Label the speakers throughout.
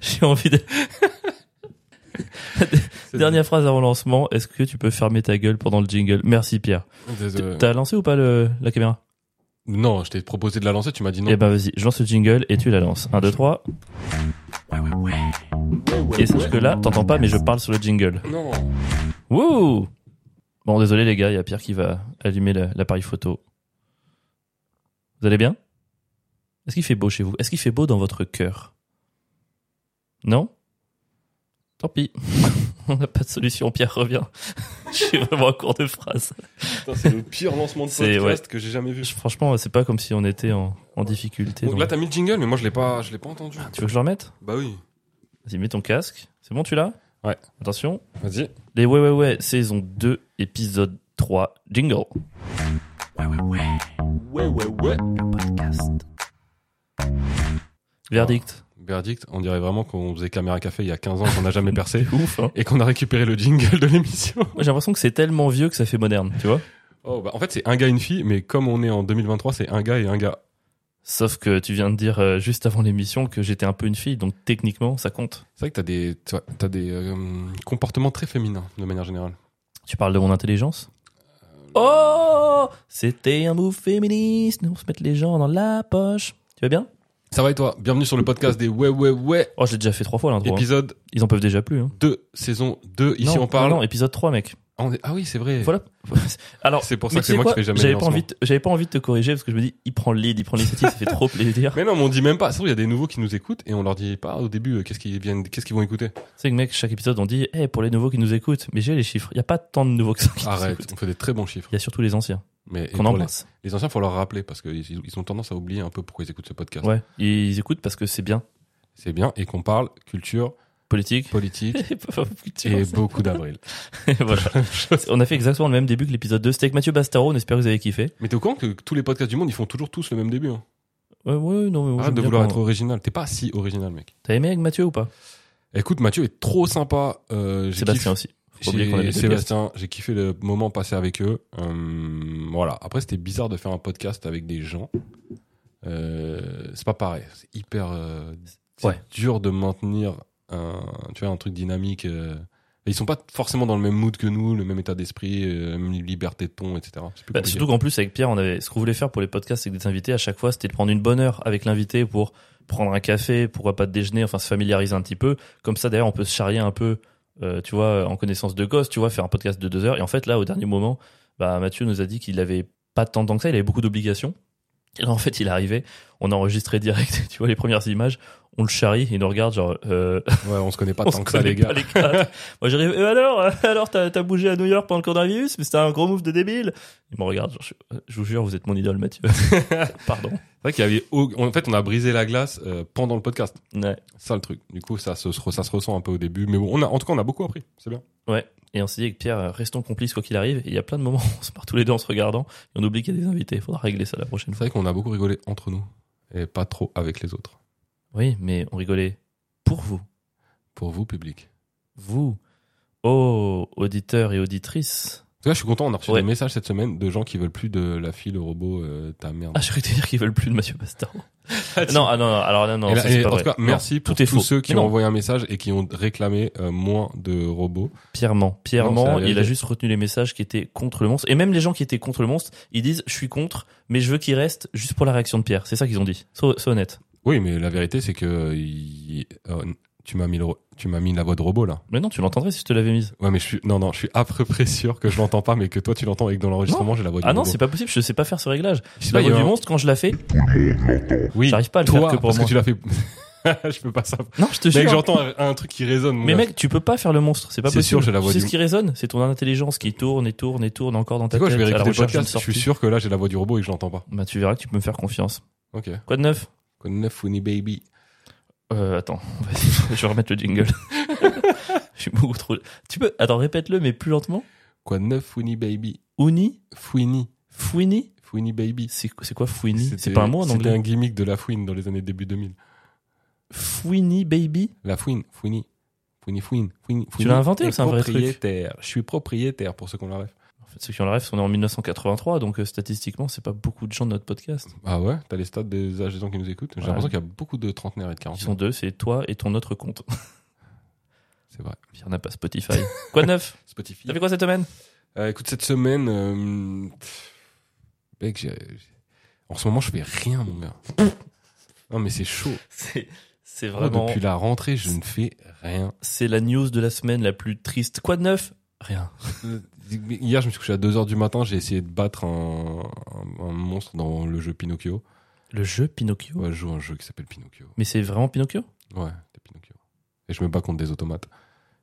Speaker 1: J'ai envie de... Dernière phrase avant lancement. Est-ce que tu peux fermer ta gueule pendant le jingle Merci Pierre.
Speaker 2: Désolé.
Speaker 1: T'as lancé ou pas le, la caméra
Speaker 2: Non, je t'ai proposé de la lancer, tu m'as dit non.
Speaker 1: Eh ben vas-y, je lance le jingle et tu la lances. 1, 2, 3. Et sache que là, t'entends pas, mais je parle sur le jingle.
Speaker 2: Non.
Speaker 1: Wouh Bon, désolé les gars, il y a Pierre qui va allumer la- l'appareil photo. Vous allez bien Est-ce qu'il fait beau chez vous Est-ce qu'il fait beau dans votre cœur Non Tant pis. On n'a pas de solution, Pierre revient. Je suis vraiment à court de phrase.
Speaker 2: Putain, C'est le pire lancement de
Speaker 1: C'est-
Speaker 2: podcast que j'ai jamais vu.
Speaker 1: Franchement, c'est pas comme si on était en, en difficulté.
Speaker 2: Donc
Speaker 1: donc-
Speaker 2: là, t'as mis le jingle, mais moi, je l'ai pas, je l'ai pas entendu.
Speaker 1: Tu veux que je le remette
Speaker 2: Bah oui.
Speaker 1: Vas-y, mets ton casque. C'est bon, tu l'as
Speaker 2: Ouais.
Speaker 1: Attention.
Speaker 2: Vas-y.
Speaker 1: Les Ouais Ouais Ouais, saison 2, épisode 3, jingle.
Speaker 2: Ouais, ouais, ouais. Oh.
Speaker 1: Verdict.
Speaker 2: Verdict, on dirait vraiment qu'on faisait caméra café il y a 15 ans, qu'on n'a jamais percé.
Speaker 1: Ouf, hein
Speaker 2: Et qu'on a récupéré le jingle de l'émission.
Speaker 1: Moi, j'ai l'impression que c'est tellement vieux que ça fait moderne, tu vois.
Speaker 2: Oh, bah, en fait, c'est un gars, une fille, mais comme on est en 2023, c'est un gars et un gars.
Speaker 1: Sauf que tu viens de dire euh, juste avant l'émission que j'étais un peu une fille, donc techniquement, ça compte.
Speaker 2: C'est vrai que t'as des, t'as- t'as des euh, comportements très féminins, de manière générale.
Speaker 1: Tu parles de mon intelligence
Speaker 2: Euh,
Speaker 1: Oh C'était un move féministe, on se mettre les gens dans la poche. Tu vas bien
Speaker 2: Ça va et toi Bienvenue sur le podcast des Ouais, ouais, ouais.
Speaker 1: Oh, j'ai déjà fait trois fois l'intro. hein.
Speaker 2: Épisode
Speaker 1: Ils en peuvent déjà plus. Hein.
Speaker 2: 2, saison 2. Ici,
Speaker 1: Non,
Speaker 2: on parle.
Speaker 1: Non, non, épisode 3, mec.
Speaker 2: On est- Ah oui, c'est vrai.
Speaker 1: Voilà. Alors,
Speaker 2: C'est pour ça
Speaker 1: mais
Speaker 2: que
Speaker 1: tu
Speaker 2: c'est
Speaker 1: sais
Speaker 2: moi qui
Speaker 1: quoi
Speaker 2: fais jamais
Speaker 1: J'avais
Speaker 2: les
Speaker 1: pas envie, de- j'avais pas envie de te corriger parce que je me dis, il prend le lead, il prend l'initiative, ça fait trop plaisir.
Speaker 2: Mais non, mais on dit même pas. Ça se trouve, il y a des nouveaux qui nous écoutent et on leur dit pas au début euh, qu'est-ce qu'ils viennent, qu'est-ce qu'ils vont écouter.
Speaker 1: C'est que mec, chaque épisode, on dit, hey, pour les nouveaux qui nous écoutent, mais j'ai les chiffres. Il y a pas tant de nouveaux que ça. qui nous
Speaker 2: Arrête,
Speaker 1: écoutent.
Speaker 2: on fait des très bons chiffres.
Speaker 1: Il y a surtout les anciens
Speaker 2: Mais et
Speaker 1: qu'on
Speaker 2: pour les,
Speaker 1: embrasse.
Speaker 2: les anciens, faut leur rappeler parce qu'ils ils ont tendance à oublier un peu pourquoi ils écoutent ce podcast.
Speaker 1: Ouais, ils écoutent parce que c'est bien.
Speaker 2: C'est bien et qu'on parle culture,
Speaker 1: Politique.
Speaker 2: politique
Speaker 1: Et
Speaker 2: et beaucoup d'avril.
Speaker 1: voilà. On a fait exactement le même début que l'épisode 2. C'était avec Mathieu Bastaro. On espère que vous avez kiffé.
Speaker 2: Mais t'es au courant que tous les podcasts du monde, ils font toujours tous le même début. Hein.
Speaker 1: Ouais, ouais, non, mais moi,
Speaker 2: Arrête
Speaker 1: Oh, j'aime
Speaker 2: de
Speaker 1: bien
Speaker 2: vouloir
Speaker 1: quand-
Speaker 2: être original. T'es pas si original, mec.
Speaker 1: T'as aimé avec Mathieu ou pas
Speaker 2: Écoute, Mathieu est trop sympa. Euh, j'ai
Speaker 1: Sébastien aussi. Faut pas oublier qu'on a
Speaker 2: J'ai-
Speaker 1: les deux
Speaker 2: Sébastien, j'ai kiffé le moment passé avec eux. Euh, voilà. Après, c'était bizarre de faire un podcast avec des gens. Euh, c'est pas pareil. C'est hyper euh, c'est
Speaker 1: Ouais.
Speaker 2: dur de maintenir un, tu vois, un truc dynamique. euh. Et ils sont pas forcément dans le même mood que nous, le même état d'esprit, euh, même liberté de ton, etc. C'est plus
Speaker 1: Bah,
Speaker 2: compliqué.
Speaker 1: surtout qu'en plus avec Pierre, on avait ce qu'on voulait faire pour les podcasts avec des invités à chaque fois, c'était de prendre une bonne heure avec l'invité pour prendre un café, pourquoi pas de déjeuner, enfin se familiariser un petit peu. Comme ça d'ailleurs, on peut se charrier un peu, euh, tu vois, en connaissance de cause, tu vois, faire un podcast de deux heures. Et en fait là, au dernier moment, bah, Mathieu nous a dit qu'il avait pas tant de temps que ça, il avait beaucoup d'obligations. Et là, en fait, il est arrivé, on a enregistré direct, tu vois, les premières images, on le charrie, il nous regarde genre, euh,
Speaker 2: Ouais, on se connaît pas
Speaker 1: on
Speaker 2: tant
Speaker 1: se
Speaker 2: que ça,
Speaker 1: connaît
Speaker 2: les gars.
Speaker 1: pas, quatre. Moi, j'arrive. Et alors, euh, alors, t'as t'as bougé à New York pendant le coronavirus, mais c'était un gros move de débile. Il me regarde. genre, je, euh, je vous jure, vous êtes mon idole, Mathieu. Pardon.
Speaker 2: C'est vrai qu'il y avait, au- en fait, on a brisé la glace euh, pendant le podcast.
Speaker 1: Ouais.
Speaker 2: C'est Ça, le truc. Du coup, ça se, ça se ressent un peu au début. Mais bon, on a, en tout cas, on a beaucoup appris. C'est bien.
Speaker 1: Et on s'est dit avec Pierre, euh, restons complices quoi qu'il arrive. Et il y a plein de moments où on se part tous les deux en se regardant et on oublie qu'il y a des invités. Il faudra régler ça la prochaine
Speaker 2: C'est
Speaker 1: fois.
Speaker 2: vrai qu'on a beaucoup rigolé entre nous et pas trop avec les autres.
Speaker 1: Oui, mais on rigolait pour vous.
Speaker 2: Pour vous, public.
Speaker 1: Vous, oh, auditeurs et auditrices.
Speaker 2: En tout cas, je suis content, on a reçu
Speaker 1: Ouais.
Speaker 2: des messages cette semaine de gens qui veulent plus de la fille, le robot, euh, ta merde.
Speaker 1: Ah, je croyais te dire qu'ils veulent plus de Mathieu Bastaro. non, ah, non, non, alors là, non,
Speaker 2: Et là-
Speaker 1: ça, c'est
Speaker 2: et
Speaker 1: pas
Speaker 2: en
Speaker 1: vrai.
Speaker 2: tout cas,
Speaker 1: Non,
Speaker 2: merci pour
Speaker 1: tout est
Speaker 2: tous
Speaker 1: faux.
Speaker 2: ceux qui
Speaker 1: Mais
Speaker 2: ont
Speaker 1: non.
Speaker 2: envoyé un message et qui ont réclamé euh, moins de robots.
Speaker 1: Pierre ment. Pierre
Speaker 2: Non,
Speaker 1: ment,
Speaker 2: c'est la vérité.
Speaker 1: il a juste retenu les messages qui étaient contre le monstre. Et même les gens qui étaient contre le monstre, ils disent je suis contre, mais je veux qu'il reste juste pour la réaction de Pierre. C'est ça qu'ils ont dit. Sois, sois honnête.
Speaker 2: Oui, mais la vérité, c'est que euh, il- euh, tu m'as mis le ro- tu m'as mis la voix de robot là.
Speaker 1: Mais non, tu l'entendrais si je te l'avais mise.
Speaker 2: Ouais, mais je suis non non, je suis à peu près sûr que je l'entends pas, mais que toi tu l'entends et que dans l'enregistrement j'ai la voix du
Speaker 1: Ah non,
Speaker 2: robot.
Speaker 1: c'est pas possible, je sais pas faire ce réglage.
Speaker 2: Je sais
Speaker 1: La
Speaker 2: pas, il y
Speaker 1: voix
Speaker 2: a
Speaker 1: du
Speaker 2: un-
Speaker 1: monstre, quand je la fais,
Speaker 2: Oui,
Speaker 1: j'arrive pas à le
Speaker 2: toi
Speaker 1: faire que pour
Speaker 2: parce
Speaker 1: moi.
Speaker 2: que tu l'as fait. je peux pas ça.
Speaker 1: Non, je te
Speaker 2: Mec,
Speaker 1: jure.
Speaker 2: j'entends un, un truc qui résonne. mon
Speaker 1: Mais
Speaker 2: gars.
Speaker 1: mec, tu peux pas faire le monstre, c'est pas
Speaker 2: C'est
Speaker 1: possible.
Speaker 2: sûr, j'ai la voix
Speaker 1: tu sais
Speaker 2: du-
Speaker 1: ce qui résonne, c'est ton intelligence qui tourne et tourne et tourne encore dans ta
Speaker 2: C'est quoi, je
Speaker 1: tête.
Speaker 2: vais
Speaker 1: à la
Speaker 2: réécouter le
Speaker 1: recherche d'une
Speaker 2: podcast, je suis
Speaker 1: sortie.
Speaker 2: sûr que là j'ai la voix du robot et que je l'entends pas.
Speaker 1: Bah, tu verras que tu peux me faire confiance.
Speaker 2: Ok.
Speaker 1: Quoi de neuf
Speaker 2: Quoi de neuf, Winnie Baby
Speaker 1: Euh, attends, vas-y, je vais remettre le jingle. je suis beaucoup trop. Tu peux. Attends, répète-le, mais plus lentement.
Speaker 2: Quoi de neuf, Winnie Baby
Speaker 1: Uni,
Speaker 2: Fouini.
Speaker 1: fouini.
Speaker 2: Fouini Baby.
Speaker 1: C'est c'est quoi fouini C'est
Speaker 2: C'était-
Speaker 1: pas un mot en
Speaker 2: C'était
Speaker 1: anglais.
Speaker 2: un gimmick de la fouine dans les années début 2000.
Speaker 1: Fouini baby.
Speaker 2: La fouine, fouini. Fouini, fouine, fouini, fouini.
Speaker 1: l'as inventé ou
Speaker 2: Et
Speaker 1: c'est un vrai truc
Speaker 2: propriétaire. Je suis propriétaire pour ceux qu'on la rêve.
Speaker 1: En fait, Ceux qui ont le rêve, on est en 1983, donc euh, statistiquement, c'est pas beaucoup de gens de notre podcast.
Speaker 2: Ah ouais T'as les stats des âges des gens qui nous écoutent J'ai
Speaker 1: Ouais.
Speaker 2: l'impression qu'il y a beaucoup de trentenaires et de
Speaker 1: Ils
Speaker 2: quarantenaires.
Speaker 1: sont deux, c'est toi et ton autre compte.
Speaker 2: C'est vrai.
Speaker 1: Puis on n'a pas Spotify. quoi de neuf
Speaker 2: Spotify.
Speaker 1: T'as fait quoi cette semaine
Speaker 2: Euh, écoute, cette semaine, euh, pff, mec, j'ai- j'ai- en ce moment, je fais rien, mon gars. Non, mais c'est chaud.
Speaker 1: C'est c'est
Speaker 2: Moi,
Speaker 1: vraiment.
Speaker 2: depuis la rentrée, je ne fais rien.
Speaker 1: C'est la news de la semaine la plus triste. Quoi de neuf Rien.
Speaker 2: Hier, je me suis couché à 2h du matin, j'ai essayé de battre un, un- un monstre dans le jeu Pinocchio.
Speaker 1: Le jeu Pinocchio
Speaker 2: Ouais, je joue à un jeu qui s'appelle Pinocchio.
Speaker 1: Mais c'est vraiment Pinocchio
Speaker 2: Ouais, c'est Pinocchio. Et je me bats contre des automates.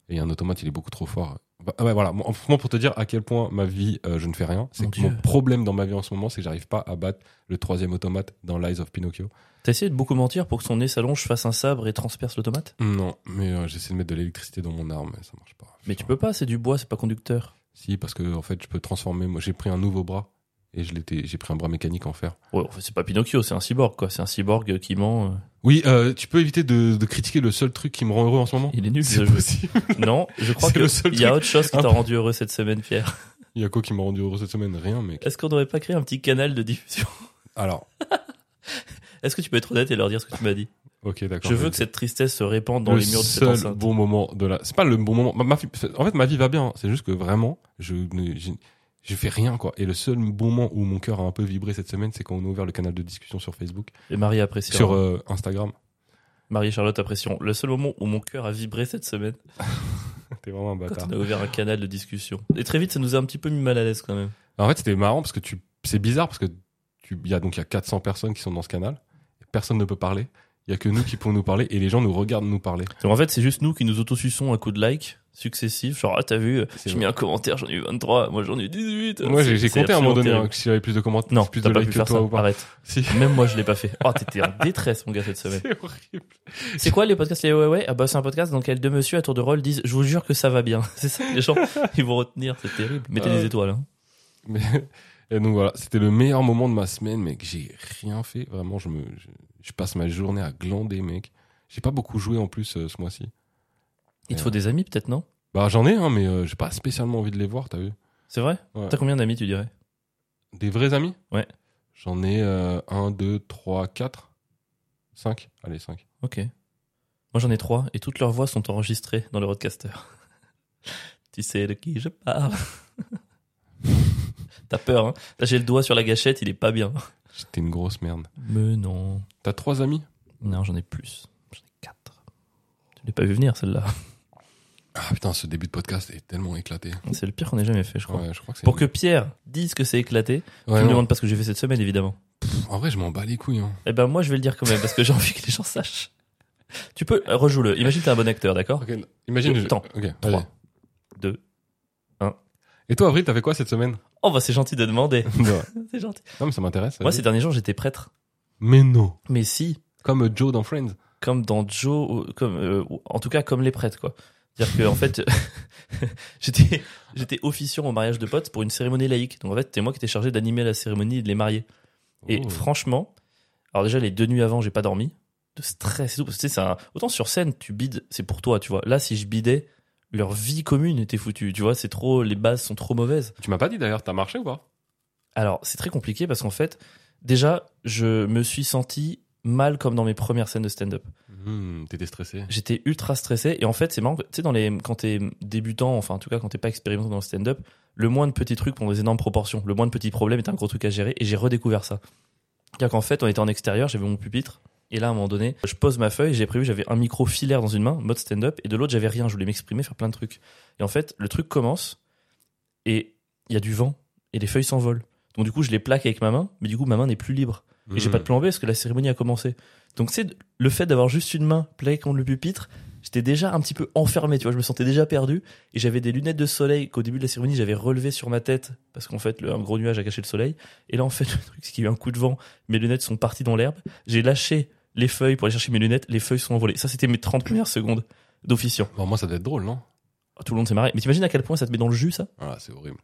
Speaker 2: Et un automate, il est beaucoup trop fort. Bah, ouais, voilà. Moi, franchement, pour te dire à quel point ma vie, euh, je ne fais rien. C'est
Speaker 1: Mon
Speaker 2: que mon
Speaker 1: Dieu.
Speaker 2: problème dans ma vie en ce moment, c'est que j'arrive pas à battre le troisième automate dans Lies of Pinocchio.
Speaker 1: T'as essayé de beaucoup mentir pour que son nez s'allonge, fasse un sabre et transperce l'automate
Speaker 2: Non, mais euh, j'essaie de mettre de l'électricité dans mon arme, mais ça marche pas.
Speaker 1: Mais
Speaker 2: Putain.
Speaker 1: tu peux pas, c'est du bois, c'est pas conducteur.
Speaker 2: Si, parce que en fait, je peux transformer. Moi, j'ai pris un nouveau bras et je l'étais. J'ai pris un bras mécanique en fer.
Speaker 1: Ouais, enfin, c'est pas Pinocchio, c'est un cyborg quoi. C'est un cyborg qui ment. euh.
Speaker 2: Oui, euh, tu peux éviter de, de critiquer le seul truc qui me rend heureux en ce moment.
Speaker 1: Il est nul ce
Speaker 2: C'est
Speaker 1: jeu.
Speaker 2: possible.
Speaker 1: Non, je crois
Speaker 2: C'est le seul
Speaker 1: qu'il y a
Speaker 2: truc.
Speaker 1: autre chose qui t'a rendu heureux cette semaine, Pierre.
Speaker 2: Il y a quoi qui m'a rendu heureux cette semaine Rien, mec.
Speaker 1: Est-ce qu'on n'aurait pas créé un petit canal de diffusion
Speaker 2: Alors,
Speaker 1: Est-ce que tu peux être honnête et leur dire ce que tu m'as dit
Speaker 2: ok, d'accord.
Speaker 1: Je
Speaker 2: vas-y.
Speaker 1: veux que cette tristesse se répande dans
Speaker 2: le
Speaker 1: les murs de cette
Speaker 2: seul
Speaker 1: enceinte.
Speaker 2: bon moment de la. C'est pas le bon moment. Ma- ma- en fait, ma vie va bien. hein. C'est juste que vraiment, je ne- je, je fais rien quoi. Et le seul bon moment où mon cœur a un peu vibré cette semaine, c'est quand on a ouvert le canal de discussion sur Facebook,
Speaker 1: Et Marie apprécie.
Speaker 2: sur euh, Instagram.
Speaker 1: Marie et Charlotte apprécieront. Le seul moment où mon cœur a vibré cette semaine,
Speaker 2: T'es vraiment un
Speaker 1: quand
Speaker 2: bâtard.
Speaker 1: on a ouvert un canal de discussion. Et très vite, ça nous a un petit peu mis mal à l'aise quand même.
Speaker 2: En fait, c'était marrant parce que tu. C'est bizarre parce que tu. Il y a donc il y a 400 personnes qui sont dans ce canal. Personne ne peut parler. Il y a que nous qui pouvons nous parler et les gens nous regardent nous parler.
Speaker 1: Donc en fait, c'est juste nous qui nous autosuçons à coup de like successif. Genre, ah, t'as vu,
Speaker 2: C'est
Speaker 1: j'ai
Speaker 2: vrai.
Speaker 1: mis un commentaire, j'en ai eu 23, moi j'en ai eu 18.
Speaker 2: Moi, j'ai
Speaker 1: C'est-
Speaker 2: j'ai
Speaker 1: c'est
Speaker 2: compté à un moment donné
Speaker 1: absolument
Speaker 2: hein, si j'avais plus de commentaires,
Speaker 1: terrible. Non,
Speaker 2: plus
Speaker 1: t'as
Speaker 2: de
Speaker 1: pas
Speaker 2: likes
Speaker 1: pu
Speaker 2: que
Speaker 1: faire
Speaker 2: toi
Speaker 1: ça.
Speaker 2: ou pas.
Speaker 1: Arrête.
Speaker 2: Si.
Speaker 1: Même moi, je l'ai pas fait. Oh, t'étais en détresse, mon gars, cette semaine.
Speaker 2: C'est horrible.
Speaker 1: C'est quoi les podcasts les ouais ouais Ah bah c'est un podcast dans lequel deux messieurs à tour de rôle disent je vous jure que ça va bien. C'est ça les gens ils vont retenir, c'est terrible. Mettez
Speaker 2: Euh.
Speaker 1: des étoiles. Hein.
Speaker 2: Mais, et donc voilà, c'était le meilleur moment de ma semaine, mec. J'ai rien fait, vraiment. Je, me, je, je passe ma journée à glander, mec. J'ai pas beaucoup joué en plus euh, ce mois-ci.
Speaker 1: Il te
Speaker 2: Ouais.
Speaker 1: faut des amis peut-être non
Speaker 2: Bah j'en ai, hein, mais euh, j'ai pas spécialement envie de les voir, t'as vu
Speaker 1: C'est vrai
Speaker 2: Ouais.
Speaker 1: T'as combien d'amis tu dirais
Speaker 2: Des vrais amis
Speaker 1: Ouais.
Speaker 2: J'en ai euh, 1, 2, 3, 4, 5. Allez, 5.
Speaker 1: Ok. Moi j'en ai trois et toutes leurs voix sont enregistrées dans le roadcaster. tu sais de qui je parle T'as peur hein Là j'ai le doigt sur la gâchette, il est pas bien.
Speaker 2: J'étais une grosse merde.
Speaker 1: Mais non.
Speaker 2: T'as trois amis
Speaker 1: Non j'en ai plus. J'en ai quatre. Tu l'ai pas vu venir celle-là.
Speaker 2: Ah putain, ce début de podcast est tellement éclaté.
Speaker 1: C'est le pire qu'on ait jamais fait je crois.
Speaker 2: Ouais, je crois que c'est.
Speaker 1: Pour que Pierre dise que c'est éclaté, tu
Speaker 2: Ouais,
Speaker 1: me
Speaker 2: non.
Speaker 1: demandes pas ce que j'ai fait cette semaine évidemment.
Speaker 2: En vrai, je m'en bats les couilles. Hein.
Speaker 1: Eh ben moi je vais le dire quand même parce que j'ai envie que les gens sachent. Tu peux euh, rejoue-le. Imagine t'es un bon acteur, d'accord
Speaker 2: Ok, imagine. je-
Speaker 1: Attends.
Speaker 2: Ok,
Speaker 1: Trois.
Speaker 2: vas-y.
Speaker 1: Deux.
Speaker 2: Et toi, Avril, t'as fait quoi cette semaine
Speaker 1: Oh bah c'est gentil de demander.
Speaker 2: Non,
Speaker 1: c'est gentil.
Speaker 2: mais ça m'intéresse.
Speaker 1: Moi
Speaker 2: vas-y.
Speaker 1: ces derniers jours j'étais prêtre.
Speaker 2: Mais non.
Speaker 1: Mais si,
Speaker 2: Comme euh, Joe dans Friends.
Speaker 1: comme dans Joe, ou- comme euh, ou- en tout cas comme les prêtres quoi. C'est-à-dire que en fait j'étais j'étais officiant au mariage de potes pour une cérémonie laïque. Donc en fait c'était moi qui étais chargé d'animer la cérémonie et de les marier. Et
Speaker 2: Oh.
Speaker 1: franchement, alors déjà les deux nuits avant, j'ai pas dormi, de stress et tout. Parce que tu sais, c'est un- autant sur scène, tu bides, c'est pour toi, tu vois. Là, si je bidais, leur vie commune était foutue, tu vois. C'est trop, les bases sont trop mauvaises.
Speaker 2: Tu m'as pas dit d'ailleurs, t'as marché ou pas
Speaker 1: Alors c'est très compliqué parce qu'en fait, déjà, je me suis senti mal comme dans mes premières scènes de stand-up.
Speaker 2: Hmm, T'étais stressé.
Speaker 1: J'étais ultra stressé et en fait, c'est marrant, tu sais, dans les, quand t'es débutant, enfin en tout cas quand t'es pas expérimenté dans le stand-up, le moins de petits trucs prend des énormes proportions. Le moins de petits problèmes est un gros truc à gérer et j'ai redécouvert ça. C'est-à-dire qu'en fait, on était en extérieur, j'avais mon pupitre et là, à un moment donné, je pose ma feuille, j'ai prévu, j'avais un micro filaire dans une main, mode stand-up, et de l'autre, j'avais rien, je voulais m'exprimer, faire plein de trucs. Et en fait, le truc commence et il y a du vent et les feuilles s'envolent. Donc du coup, je les plaque avec ma main, mais du coup, ma main n'est plus libre. Et
Speaker 2: Hmm.
Speaker 1: j'ai pas de plan B parce que la cérémonie a commencé. Donc c'est le fait d'avoir juste une main plaquée contre le pupitre, j'étais déjà un petit peu enfermé, tu vois, je me sentais déjà perdu et j'avais des lunettes de soleil qu'au début de la cérémonie j'avais relevées sur ma tête parce qu'en fait le, un gros nuage a caché le soleil. Et là en fait le truc c'est qu'il y a eu un coup de vent, mes lunettes sont parties dans l'herbe, j'ai lâché les feuilles pour aller chercher mes lunettes, les feuilles sont envolées. Ça c'était mes 30 premières secondes d'officiant.
Speaker 2: Bon, moi, ça doit être drôle, non
Speaker 1: Ah, Tout le monde s'est marré. Mais t'imagines à quel point ça te met dans le jus ça
Speaker 2: Voilà, c'est horrible.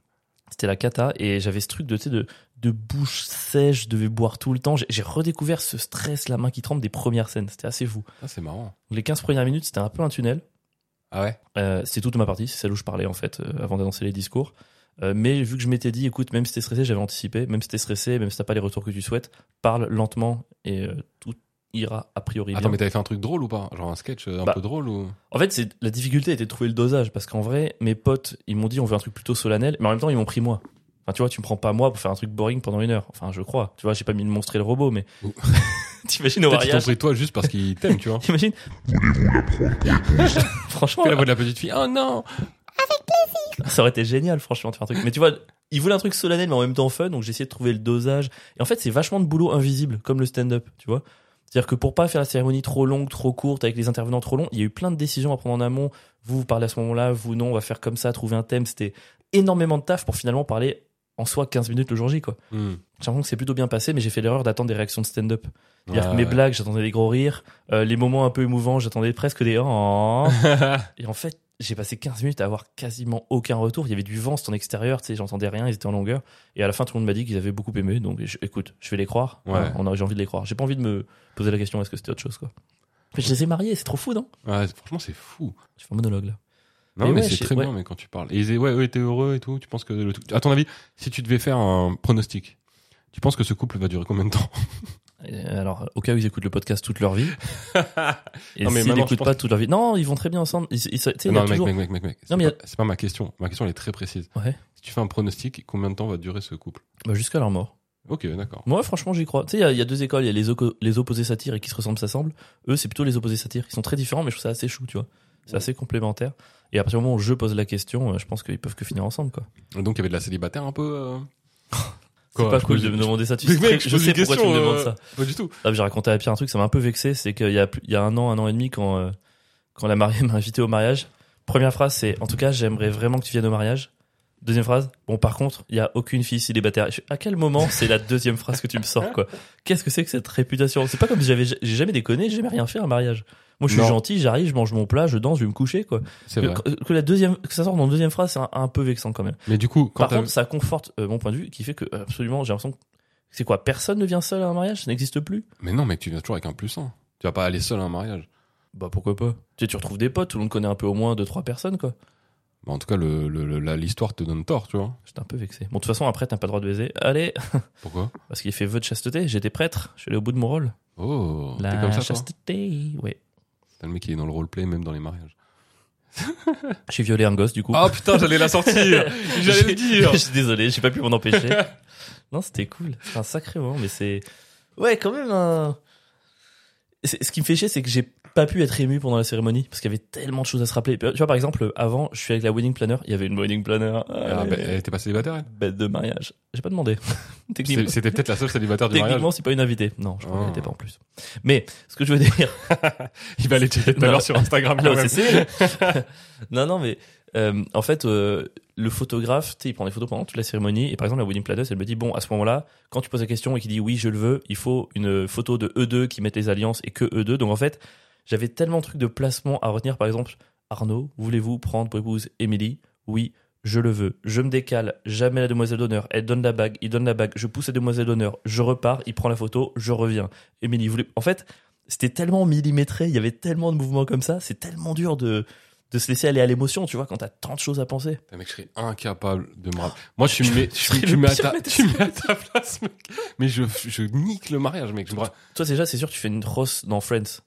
Speaker 1: c'était la cata et j'avais ce truc de, tu sais, de, de bouche sèche, je devais boire tout le temps. J'ai- J'ai redécouvert ce stress, la main qui tremble des premières scènes. C'était assez fou.
Speaker 2: Ah, c'est marrant.
Speaker 1: Les 15 premières minutes, c'était un peu un tunnel.
Speaker 2: Ah ouais
Speaker 1: Euh, c'est toute ma partie, c'est celle où je parlais en fait euh, avant d'annoncer les discours. Euh, mais vu que je m'étais dit, écoute, même si t'es stressé, j'avais anticipé, même si t'es stressé, même si t'as pas les retours que tu souhaites, parle lentement et euh, tout ira a priori
Speaker 2: Attends, mais
Speaker 1: bien.
Speaker 2: t'avais fait un truc drôle ou pas Genre un sketch euh, un
Speaker 1: Bah.
Speaker 2: peu drôle ou
Speaker 1: En fait, c'est la difficulté était de trouver le dosage parce qu'en vrai, mes potes, ils m'ont dit on veut un truc plutôt solennel, mais en même temps, ils m'ont pris moi. Enfin, tu vois, tu me prends pas moi pour faire un truc boring pendant une heure. Enfin, je crois. Tu vois, j'ai pas mis le monstre et le robot, mais
Speaker 2: Ouh.
Speaker 1: t'imagines au
Speaker 2: Peut-être qu'ils t'ont
Speaker 1: mariage
Speaker 2: pris toi juste parce qu'ils t'aiment, tu vois.
Speaker 1: T'imagines Franchement,
Speaker 2: Fais la voix de la petite fille. Oh non
Speaker 1: ça aurait été génial, franchement, de faire un truc. Mais tu vois, ils voulaient un truc solennel, mais en même temps fun, donc j'ai essayé de trouver le dosage. Et en fait, c'est vachement de boulot invisible, comme le stand-up, tu vois. C'est-à-dire que pour pas faire la cérémonie trop longue, trop courte, avec les intervenants trop longs, il y a eu plein de décisions à prendre en amont. Vous, vous parlez à ce moment-là, vous, non, on va faire comme ça, trouver un thème. C'était énormément de taf pour finalement parler en soi 15 minutes le jour J, quoi.
Speaker 2: Hmm.
Speaker 1: J'ai l'impression que c'est plutôt bien passé, mais j'ai fait l'erreur d'attendre des réactions de stand-up. C'est-à-dire
Speaker 2: Ouais,
Speaker 1: que mes
Speaker 2: ouais.
Speaker 1: blagues, j'attendais des gros rires. Euh, les moments un peu émouvants, j'attendais presque des oh. Et en fait, j'ai passé 15 minutes à avoir quasiment aucun retour. Il y avait du vent, c'était en extérieur, tu sais, j'entendais rien, ils étaient en longueur. Et à la fin, tout le monde m'a dit qu'ils avaient beaucoup aimé. Donc, je- écoute, je vais les croire.
Speaker 2: Ouais.
Speaker 1: Hein, on a- j'ai envie de les croire. J'ai pas envie de me poser la question est-ce que c'était autre chose, quoi. Mais je les ai mariés, c'est trop fou, non
Speaker 2: Ouais, c'est- franchement, c'est fou.
Speaker 1: Je fais un monologue là.
Speaker 2: Non,
Speaker 1: Mais
Speaker 2: mais,
Speaker 1: ouais,
Speaker 2: c'est
Speaker 1: je-
Speaker 2: très
Speaker 1: ouais.
Speaker 2: bien, mais quand tu parles. Et ils disaient, ouais, ouais, t'es heureux et tout. Tu penses que le truc. À ton avis, si tu devais faire un pronostic, tu penses que ce couple va durer combien de temps
Speaker 1: Et, euh, Alors, au cas où ils écoutent le podcast toute leur vie. et
Speaker 2: Non, mais
Speaker 1: s'ils
Speaker 2: maintenant, je
Speaker 1: n'écoutent
Speaker 2: pense
Speaker 1: pas toute leur vie. Non, ils vont très bien ensemble. Ils, ils- tu sais, il y a
Speaker 2: Non, mec,
Speaker 1: toujours-
Speaker 2: mec, mec, mec, mec. C'est
Speaker 1: mais il y a-
Speaker 2: pas, c'est pas ma question. Ma question, elle est très précise.
Speaker 1: Ouais.
Speaker 2: Si tu fais un pronostic, combien de temps va durer ce couple
Speaker 1: Bah, jusqu'à leur mort.
Speaker 2: Ok, d'accord.
Speaker 1: Moi, franchement, j'y crois. Tu sais, il y a- il y, a deux écoles. Il y a les, oco- les opposés satires et qui se ressemblent, s'assemblent. Eux, c'est plutôt les opposés satires. Ils sont très différents, mais je trouve ça assez chou, tu vois. C'est
Speaker 2: Ouais.
Speaker 1: assez complémentaire. Et à partir du moment où je pose la question, euh, je pense qu'ils peuvent que finir ensemble, quoi.
Speaker 2: Et Donc, il y avait de la célibataire un peu. euh,
Speaker 1: C'est
Speaker 2: quoi,
Speaker 1: pas
Speaker 2: je
Speaker 1: cool
Speaker 2: pose-
Speaker 1: de me
Speaker 2: je-
Speaker 1: demander ça. Tu
Speaker 2: Mais
Speaker 1: sais,
Speaker 2: mec,
Speaker 1: je,
Speaker 2: je pose
Speaker 1: sais
Speaker 2: une
Speaker 1: pourquoi tu
Speaker 2: question,
Speaker 1: me demandes
Speaker 2: euh,
Speaker 1: ça.
Speaker 2: Pas du tout.
Speaker 1: Ah, J'ai raconté à Pierre un truc, ça m'a un peu vexé. C'est qu'il y, a plus- il y a un an, un an et demi, quand, euh, quand la mariée m'a invité au mariage, première phrase, c'est En tout cas, j'aimerais vraiment que tu viennes au mariage. Deuxième phrase, bon, par contre, il y a aucune fille célibataire. Je fais, à quel moment c'est la deuxième phrase que tu me sors, quoi Qu'est-ce que c'est que cette réputation C'est pas comme si j'avais, j'ai jamais déconné, j'ai jamais rien fait à un mariage. Moi, je suis
Speaker 2: Non.
Speaker 1: gentil, j'arrive, je mange mon plat, je danse, je vais me coucher, quoi.
Speaker 2: C'est
Speaker 1: Que,
Speaker 2: vrai.
Speaker 1: que la deuxième, que ça sorte dans la deuxième phrase, c'est un, un peu vexant quand même.
Speaker 2: Mais du coup, quand
Speaker 1: Par
Speaker 2: t'as-
Speaker 1: contre, ça conforte euh, mon point de vue qui fait que, euh, absolument, j'ai l'impression que c'est quoi Personne ne vient seul à un mariage Ça n'existe plus
Speaker 2: Mais non, mec, tu viens toujours avec un plus un. Tu vas pas aller seul à un mariage.
Speaker 1: Bah pourquoi pas Tu sais, tu retrouves des potes, tout le monde connaît un peu au moins deux trois personnes quoi.
Speaker 2: Bah, en tout cas, le- le- le- la- l'histoire te donne tort, tu vois.
Speaker 1: J'étais un peu vexé. Bon de toute façon après t'as pas le droit de baiser. Allez,
Speaker 2: Pourquoi
Speaker 1: parce qu'il fait vœu de chasteté. J'étais prêtre, je suis allé au bout de mon rôle.
Speaker 2: Oh, t'es
Speaker 1: La
Speaker 2: comme ça, toi
Speaker 1: chasteté, ouais.
Speaker 2: T'as le mec qui est dans le roleplay, même dans les mariages.
Speaker 1: J'ai violé un gosse du coup.
Speaker 2: Ah putain, j'allais la sortir J'allais le dire
Speaker 1: Je suis désolé, j'ai pas pu m'en empêcher. non, c'était cool. C'est un sacré moment, mais c'est ouais quand même un. C'est- Ce qui me fait chier, c'est que j'ai pas pu être ému pendant la cérémonie parce qu'il y avait tellement de choses à se rappeler. Tu vois par exemple, avant, je suis avec la wedding planner. Il y avait une wedding planner.
Speaker 2: Ah,
Speaker 1: Allez,
Speaker 2: bah, Elle était pas célibataire, elle
Speaker 1: bête de mariage. J'ai pas demandé. Techniquement.
Speaker 2: C'est- C'était peut-être la seule célibataire du mariage.
Speaker 1: Techniquement, c'est pas une invitée. Non, je crois qu'elle
Speaker 2: Ah.
Speaker 1: était pas en plus. Mais ce que je veux dire,
Speaker 2: Il va aller checker tout à
Speaker 1: Non.
Speaker 2: l'heure sur Instagram
Speaker 1: Ah,
Speaker 2: quand
Speaker 1: ouais,
Speaker 2: même.
Speaker 1: c'est serré. non, non, mais euh, en fait, euh, le photographe, tu sais, il prend des photos pendant toute la cérémonie. Et par exemple, la wedding planner, elle me dit bon, à ce moment-là, quand tu poses la question et qu'il dit oui, je le veux, il faut une photo de eux deux qui mettent les alliances et que eux deux. Donc en fait, j'avais tellement de trucs de placement à retenir. Par exemple, Arnaud, voulez-vous prendre pour épouse Émilie Oui. Je le veux, je me décale, jamais la demoiselle d'honneur, elle donne la bague, il donne la bague, je pousse la demoiselle d'honneur, je repars, il prend la photo, je reviens. Émilie, voulez... En fait, c'était tellement millimétré, il y avait tellement de mouvements comme ça, c'est tellement dur de, de se laisser aller à l'émotion, tu vois, quand t'as tant de choses à penser.
Speaker 2: Putain, Mec, je serais incapable de me rappeler. Moi, tu me mets, tu,
Speaker 1: serais
Speaker 2: tu
Speaker 1: le
Speaker 2: mets à
Speaker 1: pire
Speaker 2: ta,
Speaker 1: médecin.
Speaker 2: tu mets à ta place, mec. Mais je, je nique le mariage, mec. Je me ra-
Speaker 1: Toi, déjà, c'est sûr, tu fais une rosse dans Friends.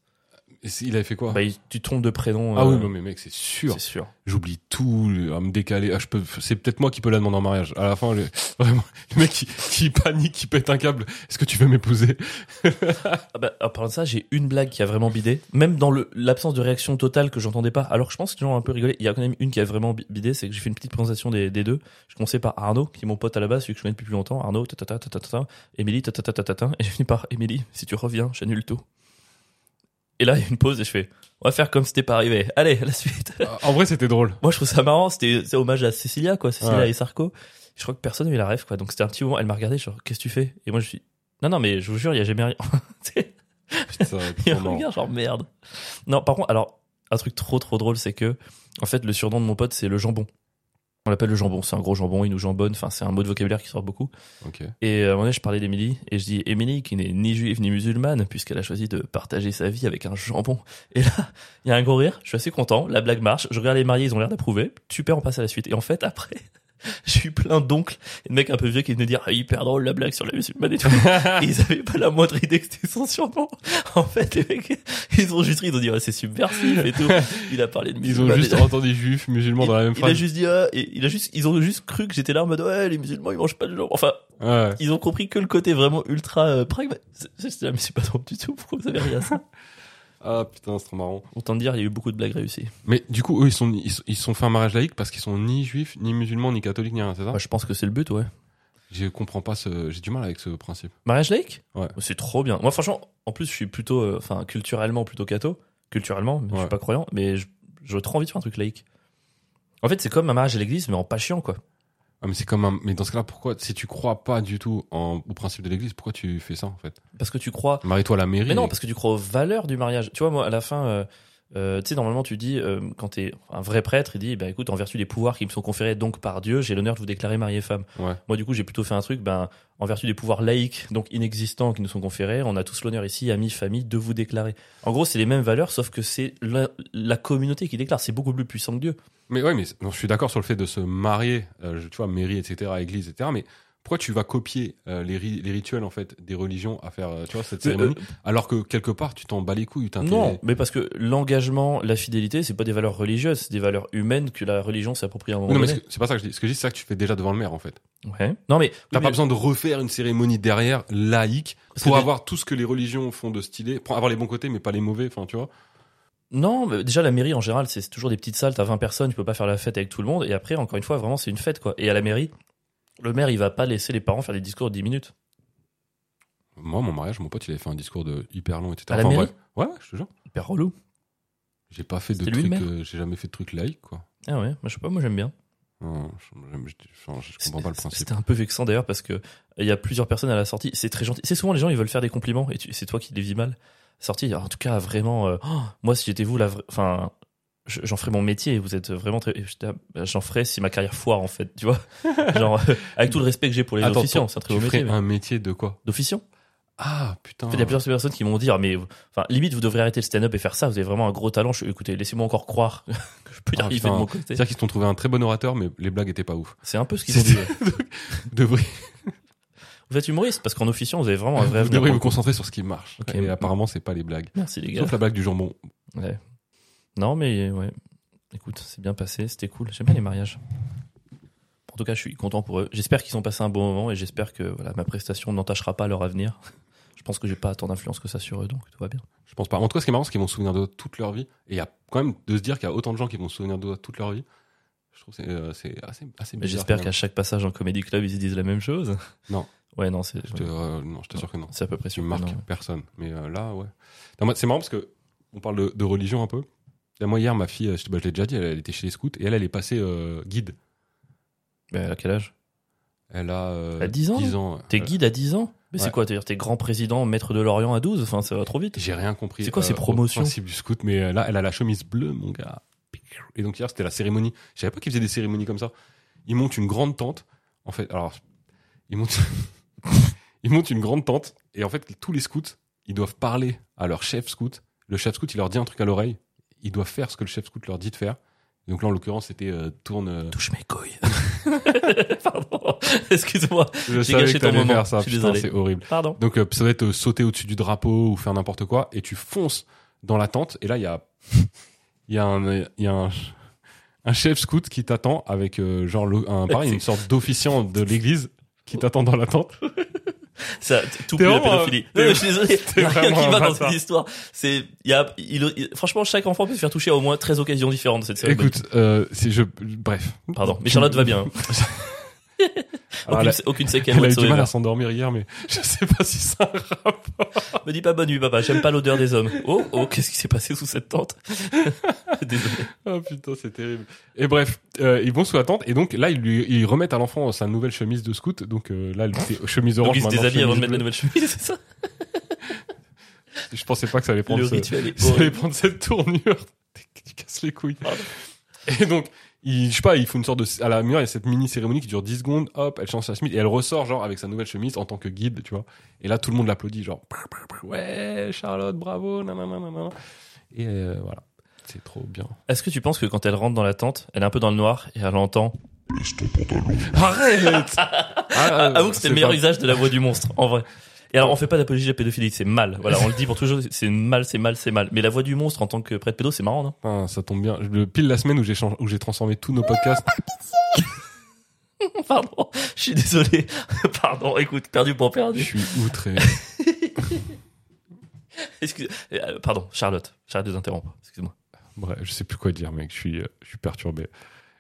Speaker 2: Et c'est- Il avait fait quoi
Speaker 1: Bah, il- tu te trompes de prénom.
Speaker 2: Ah
Speaker 1: euh,
Speaker 2: oui, non, mais mec, c'est sûr.
Speaker 1: c'est sûr.
Speaker 2: J'oublie tout, le- à me décaler. Ah, je peux, c'est peut-être moi qui peux la demander en mariage. À la fin, le, vraiment, le mec qui, qui panique, qui pète un câble. Est-ce que tu veux m'épouser
Speaker 1: Ah bah, en parlant de ça, j'ai une blague qui a vraiment bidé. Même dans le- l'absence de réaction totale que j'entendais pas, alors que je pense que les gens ont un peu rigolé, il y a quand même une qui a vraiment bi- bidé, c'est que j'ai fait une petite présentation des, des deux. Je commençais par Arnaud, qui est mon pote à la base, celui que je connais depuis plus longtemps. Arnaud, ta ta ta ta ta ta ta, Émilie, ta ta ta ta ta ta, et j'ai fini par Émilie, si tu reviens, j'annule tout. Et là, il y a une pause et je fais, on va faire comme si c'était pas arrivé. Allez, à la suite.
Speaker 2: Ah, En vrai, c'était drôle.
Speaker 1: Moi, je trouve ça marrant. C'était c'est hommage à Cécilia, quoi. Cécilia
Speaker 2: Ouais.
Speaker 1: et Sarko. Je crois que personne n'avait la rêve, quoi. Donc, c'était un petit moment. Elle m'a regardé, genre, qu'est-ce que tu fais Et moi, je suis, non, non, mais je vous jure, il n'y a jamais rien. Tu sais,
Speaker 2: Putain,
Speaker 1: il y a un
Speaker 2: trop marrant.
Speaker 1: regard, genre, merde. Non, par contre, alors, un truc trop, trop drôle, c'est que, en fait, le surnom de mon pote, c'est le jambon. On l'appelle le jambon. C'est un gros jambon, il nous jambonne. Enfin, c'est un mot de vocabulaire qui sort beaucoup.
Speaker 2: Ok.
Speaker 1: Et euh, à un moment donné, je parlais d'Émilie, et je dis Émilie, qui n'est ni juive ni musulmane, puisqu'elle a choisi de partager sa vie avec un jambon. Et là, il y a un gros rire, je suis assez content, la blague marche, je regarde les mariés, ils ont l'air d'approuver, super, on passe à la suite. Et en fait, après, J'ai eu plein d'oncles et de mecs un peu vieux qui venaient dire ah, hyper drôle la blague sur la musulmane et tout. et ils avaient pas la moindre idée que c'était son surnom. En fait, les mecs, ils ont juste ri, ils ont dit ah, c'est subversif et tout. Il a parlé de
Speaker 2: Ils ont
Speaker 1: musulmans,
Speaker 2: juste
Speaker 1: et-
Speaker 2: entendu juifs, musulmans dans la même
Speaker 1: Bah, il a
Speaker 2: phrase.
Speaker 1: juste dit ah, et il a juste ils ont juste cru que j'étais là en mode ouais les musulmans ils mangent pas de viande. Enfin,
Speaker 2: Ouais.
Speaker 1: ils ont compris que le côté vraiment ultra euh, pragmatique. J'étais là mais c'est pas drôle du tout. Pourquoi vous avez rien à ça
Speaker 2: Ah putain, c'est trop marrant.
Speaker 1: Autant dire il y a eu beaucoup de blagues réussies.
Speaker 2: Mais du coup, eux, ils sont, ils, sont- ils sont fait un mariage laïque parce qu'ils sont ni juifs, ni musulmans, ni catholiques, ni rien, c'est ça
Speaker 1: Bah, je pense que c'est le but ouais.
Speaker 2: Je comprends pas ce, j'ai du mal avec ce principe.
Speaker 1: Mariage laïque
Speaker 2: Ouais.
Speaker 1: C'est trop bien. Moi, franchement, en plus, je suis plutôt, euh, enfin, culturellement plutôt catho. Culturellement, mais je
Speaker 2: Ouais.
Speaker 1: suis pas croyant, mais je- j'aurais trop envie de faire un truc laïque. En fait, c'est comme un mariage à l'église, mais en pas chiant, quoi.
Speaker 2: Ah, mais c'est comme un, mais dans ce cas-là, pourquoi, si tu crois pas du tout en, au principe de l'église, pourquoi tu fais ça, en fait?
Speaker 1: Parce que tu crois.
Speaker 2: Marie-toi à la mairie.
Speaker 1: Mais non, parce que tu crois aux valeurs du mariage. Tu vois, moi, à la fin, euh, euh, tu sais, normalement, tu dis, euh, quand t'es un vrai prêtre, il dit, bah écoute, en vertu des pouvoirs qui me sont conférés donc par Dieu, j'ai l'honneur de vous déclarer marié et femme.
Speaker 2: Ouais.
Speaker 1: Moi, du coup, j'ai plutôt fait un truc, ben, en vertu des pouvoirs laïques, donc inexistants, qui nous sont conférés, on a tous l'honneur ici, amis, famille, de vous déclarer. En gros, c'est les mêmes valeurs, sauf que c'est la, la communauté qui déclare. C'est beaucoup plus puissant que Dieu.
Speaker 2: Mais ouais, mais c'est- non, je suis d'accord sur le fait de se marier, euh, je- tu vois, mairie, etc., église, etc. Mais pourquoi tu vas copier euh, les, ri- les rituels en fait des religions à faire, euh, tu vois, cette cérémonie, alors que quelque part tu t'en bats les couilles, t'as
Speaker 1: Non, mais parce que l'engagement, la fidélité, c'est pas des valeurs religieuses, c'est des valeurs humaines que la religion s'approprie à un moment
Speaker 2: Non, mais
Speaker 1: donné.
Speaker 2: c'est c'est pas ça que je dis. Ce que je dis, c'est ça que tu fais déjà devant le maire, en fait.
Speaker 1: Ouais. Non, mais
Speaker 2: T'as
Speaker 1: oui,
Speaker 2: pas
Speaker 1: mais-
Speaker 2: besoin de refaire une cérémonie derrière, laïque,
Speaker 1: parce que
Speaker 2: pour
Speaker 1: des-
Speaker 2: avoir tout ce que les religions font de stylé, pour avoir les bons côtés, mais pas les mauvais, enfin, tu vois.
Speaker 1: Non, mais déjà la mairie en général, c'est toujours des petites salles, t'as 20 personnes, tu peux pas faire la fête avec tout le monde. Et après, encore une fois, vraiment, c'est une fête, quoi. Et à la mairie, le maire, il va pas laisser les parents faire des discours de 10 minutes.
Speaker 2: Moi, mon mariage, mon pote, il avait fait un discours de hyper long, etc.
Speaker 1: À la
Speaker 2: Enfin,
Speaker 1: mairie
Speaker 2: bref. Ouais, je te jure.
Speaker 1: Hyper relou.
Speaker 2: J'ai pas fait de
Speaker 1: C'était lui, le
Speaker 2: trucs,
Speaker 1: maire
Speaker 2: euh, j'ai jamais fait de trucs laïques, quoi.
Speaker 1: Ah ouais, moi, je sais pas, moi j'aime bien.
Speaker 2: Non, je- j'aime- je, enfin, je comprends pas le
Speaker 1: C'était-
Speaker 2: principe.
Speaker 1: C'était un peu vexant d'ailleurs parce que il y a plusieurs personnes à la sortie. C'est très gentil. C'est souvent les gens ils veulent faire des compliments et tu- c'est toi qui les vis mal. Sortie, en tout cas vraiment. euh, oh, moi si j'étais vous la, vra- enfin je- j'en ferais mon métier. Vous êtes vraiment très. j'étais, ah, bah, J'en ferais si ma carrière foire en fait, tu vois. Genre euh, avec tout le respect que j'ai pour les
Speaker 2: Attends,
Speaker 1: officiants,
Speaker 2: toi,
Speaker 1: c'est un très
Speaker 2: tu
Speaker 1: beau métier.
Speaker 2: ferais
Speaker 1: mais-
Speaker 2: un métier de quoi
Speaker 1: D'officiant.
Speaker 2: Ah, putain.
Speaker 1: En fait, il y a plusieurs personnes qui m'ont dit, Ah, mais enfin, limite, vous devrez arrêter le stand-up et faire ça. Vous avez vraiment un gros talent. Je- écoutez, laissez-moi encore croire que je peux y
Speaker 2: Ah,
Speaker 1: arriver
Speaker 2: putain.
Speaker 1: de mon côté.
Speaker 2: C'est-à-dire qu'ils se sont trouvé un très bon orateur, mais les blagues étaient pas ouf.
Speaker 1: C'est un peu ce qu'ils ont dit. ouais.
Speaker 2: De vrai.
Speaker 1: Vous êtes humoriste parce qu'en officiant, vous avez vraiment un vrai
Speaker 2: Vous
Speaker 1: avenir.
Speaker 2: devrez vous concentrer sur ce qui marche.
Speaker 1: Ok.
Speaker 2: Et apparemment, c'est pas les blagues.
Speaker 1: Merci les gars.
Speaker 2: Sauf la blague du jambon.
Speaker 1: Ouais. Non, mais ouais. Écoute, c'est bien passé. C'était cool. J'aime bien les mariages. En tout cas, je suis content pour eux. J'espère qu'ils ont passé un bon moment et j'espère que voilà, ma prestation n'entachera pas leur avenir. Je pense que j'ai pas tant d'influence que ça sur eux, donc tout va bien.
Speaker 2: Je pense pas. En tout cas, ce qui est marrant, c'est qu'ils vont se souvenir de toi toute leur vie. Et il y a quand même de se dire qu'il y a autant de gens qui vont se souvenir de toi toute leur vie. Je trouve que c'est euh, c'est assez, assez
Speaker 1: Mais
Speaker 2: bizarre.
Speaker 1: j'espère
Speaker 2: quand
Speaker 1: qu'à chaque passage en comédie club, ils se disent la même chose.
Speaker 2: Non.
Speaker 1: Ouais, non, c'est
Speaker 2: même. Je te- euh, non, je t'assure que non.
Speaker 1: c'est à peu près
Speaker 2: Tu
Speaker 1: sûr. que
Speaker 2: marques
Speaker 1: non.
Speaker 2: personne. Mais euh, là, ouais. Non, moi, c'est marrant parce que on parle de, de religion un peu. Là, moi, hier, ma fille, euh, je, te- bah, je l'ai déjà dit, elle, elle était chez les scouts et elle, elle est passée euh, guide.
Speaker 1: Mais à quel âge
Speaker 2: Elle a, euh,
Speaker 1: À 10 ans, T'es
Speaker 2: euh,
Speaker 1: guide à 10 ans Mais
Speaker 2: Ouais.
Speaker 1: c'est quoi C'est-à-dire t'es grand président, maître de l'Orient à 12 Enfin, ça va trop vite.
Speaker 2: Euh, J'ai rien compris.
Speaker 1: C'est quoi ces
Speaker 2: au
Speaker 1: promotions
Speaker 2: principe du scout, mais euh, là, elle a la chemise bleue, mon gars. Et donc hier, c'était la cérémonie. Je savais pas qu'ils faisaient des cérémonies comme ça. Ils montent une grande tente. En fait, alors, ils montent, ils montent une grande tente. Et en fait, tous les scouts, ils doivent parler à leur chef scout. Le chef scout, il leur dit un truc à l'oreille. Ils doivent faire ce que le chef scout leur dit de faire. Et donc là, en l'occurrence, c'était euh, tourne. euh,
Speaker 1: Touche mes couilles. Pardon. Excuse-moi.
Speaker 2: Je
Speaker 1: gâché ton
Speaker 2: t'allais
Speaker 1: moment.
Speaker 2: faire ça.
Speaker 1: Je suis
Speaker 2: Putain,
Speaker 1: désolé.
Speaker 2: c'est horrible.
Speaker 1: Pardon.
Speaker 2: Donc euh, ça doit être euh, sauter au-dessus du drapeau ou faire n'importe quoi et tu fonces dans la tente et là il y a il y a un euh, il y a un, un chef scout qui t'attend avec euh, genre le- un pareil une sorte d'officiant de l'église qui t'attend dans la tente.
Speaker 1: Ça, t- tout
Speaker 2: T'es
Speaker 1: plus la
Speaker 2: vraiment,
Speaker 1: pédophilie.
Speaker 2: euh,
Speaker 1: Non, mais je suis désolé.
Speaker 2: t'es
Speaker 1: Il y a rien
Speaker 2: vraiment
Speaker 1: qui
Speaker 2: un
Speaker 1: va dans
Speaker 2: bâtard.
Speaker 1: cette histoire. C'est, il y a, il, il- franchement, chaque enfant peut se faire toucher à au moins 13 occasions différentes de cette série.
Speaker 2: Écoute, euh, si je bref.
Speaker 1: Pardon. Mais Charlotte va bien.
Speaker 2: Alors,
Speaker 1: aucune,
Speaker 2: Ah, elle, a-
Speaker 1: aucune séquelle
Speaker 2: elle a eu du mal
Speaker 1: whatsoever.
Speaker 2: à s'endormir hier mais je sais pas si ça
Speaker 1: Me dis pas bonne nuit, papa. J'aime pas l'odeur des hommes. Oh, oh, qu'est-ce qui s'est passé sous cette tente? désolé.
Speaker 2: Ah putain, c'est terrible. Et bref, euh, ils vont sous la tente et donc là ils lui ils remettent à l'enfant sa nouvelle chemise de scout donc euh, là elle était chemise
Speaker 1: Donc,
Speaker 2: orange
Speaker 1: ils se
Speaker 2: maintenant,
Speaker 1: déshabillent avant de
Speaker 2: chemise
Speaker 1: mettre la nouvelle chemise, c'est ça?
Speaker 2: bleue. Je pensais pas que ça allait prendre
Speaker 1: Le
Speaker 2: ce-
Speaker 1: rituel est
Speaker 2: Ça allait
Speaker 1: horrible.
Speaker 2: prendre cette tournure. Tu casses les couilles.
Speaker 1: Pardon.
Speaker 2: Et donc, il, je sais pas, il faut une sorte de, à la mur, il y a cette mini cérémonie qui dure 10 secondes, hop, elle change sa chemise et elle ressort, genre, avec sa nouvelle chemise en tant que guide, tu vois. Et là, tout le monde l'applaudit, genre, ouais, Charlotte, bravo, nanana, nanana. Et euh, voilà. C'est trop bien.
Speaker 1: Est-ce que tu penses que quand elle rentre dans la tente, elle est un peu dans le noir et elle entend
Speaker 3: Laisse ton pantalon.
Speaker 2: Arrête Ah, euh,
Speaker 1: Avoue que c'était le
Speaker 2: c'est
Speaker 1: meilleur
Speaker 2: pas-
Speaker 1: usage de la voix du monstre, en vrai. Et alors, on fait pas d'apologie de la pédophilie, c'est mal. Voilà, on le dit pour toujours, c'est mal, c'est mal, c'est mal. Mais la voix du monstre en tant que prêtre pédo, c'est marrant, non
Speaker 2: Putain, ça tombe bien. Le- pile la semaine où j'ai chang- où j'ai transformé tous nos podcasts.
Speaker 1: Pardon, je suis désolé. Pardon, écoute, perdu pour
Speaker 2: Je
Speaker 1: perdu.
Speaker 2: suis outré.
Speaker 1: Excuse... euh, Pardon, Charlotte, j'arrête de t'interrompre, excuse-moi.
Speaker 2: Bref, je sais plus quoi dire, mec. Je suis, euh, je suis perturbé.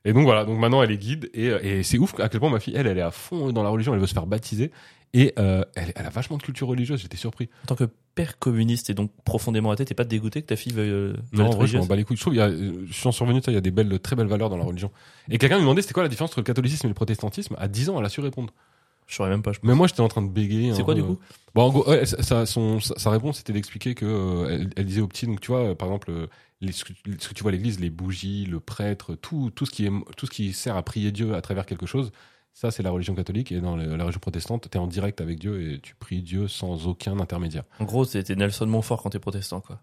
Speaker 2: Et donc voilà. Donc maintenant, elle est guide et, euh, et c'est ouf à quel point ma fille, elle, elle est à fond dans la religion. Elle veut se faire baptiser et euh, elle, elle a vachement de culture religieuse. J'étais surpris.
Speaker 1: En tant que père communiste et donc profondément athée, t'es pas dégoûté que ta fille veuille euh,
Speaker 2: Non,
Speaker 1: être
Speaker 2: en vrai, je m'en
Speaker 1: religieuse
Speaker 2: bats les couilles. Je trouve, il y a, euh, je suis en survenu, tu vois, il y a des belles, très belles valeurs dans la religion. Et quelqu'un me demandait c'était quoi la différence entre le catholicisme et le protestantisme. À 10 ans, elle a su répondre.
Speaker 1: Je saurais même pas. je-
Speaker 2: Mais moi, j'étais en train de bégayer. hein, euh,
Speaker 1: C'est
Speaker 2: un
Speaker 1: quoi
Speaker 2: peu.
Speaker 1: du coup
Speaker 2: Bon, en gros, elle, sa- sa, son- sa- sa réponse était d'expliquer que euh, elle, elle disait aux petits, donc tu vois, euh, par exemple, euh, les, ce, que, ce que tu vois à l'église, les bougies, le prêtre, tout, tout, ce qui est, tout ce qui sert à prier Dieu à travers quelque chose, ça c'est la religion catholique. Et dans le- la religion protestante, tu es en direct avec Dieu et tu pries Dieu sans aucun intermédiaire.
Speaker 1: En gros, c'était Nelson Montfort quand t'es protestant, quoi.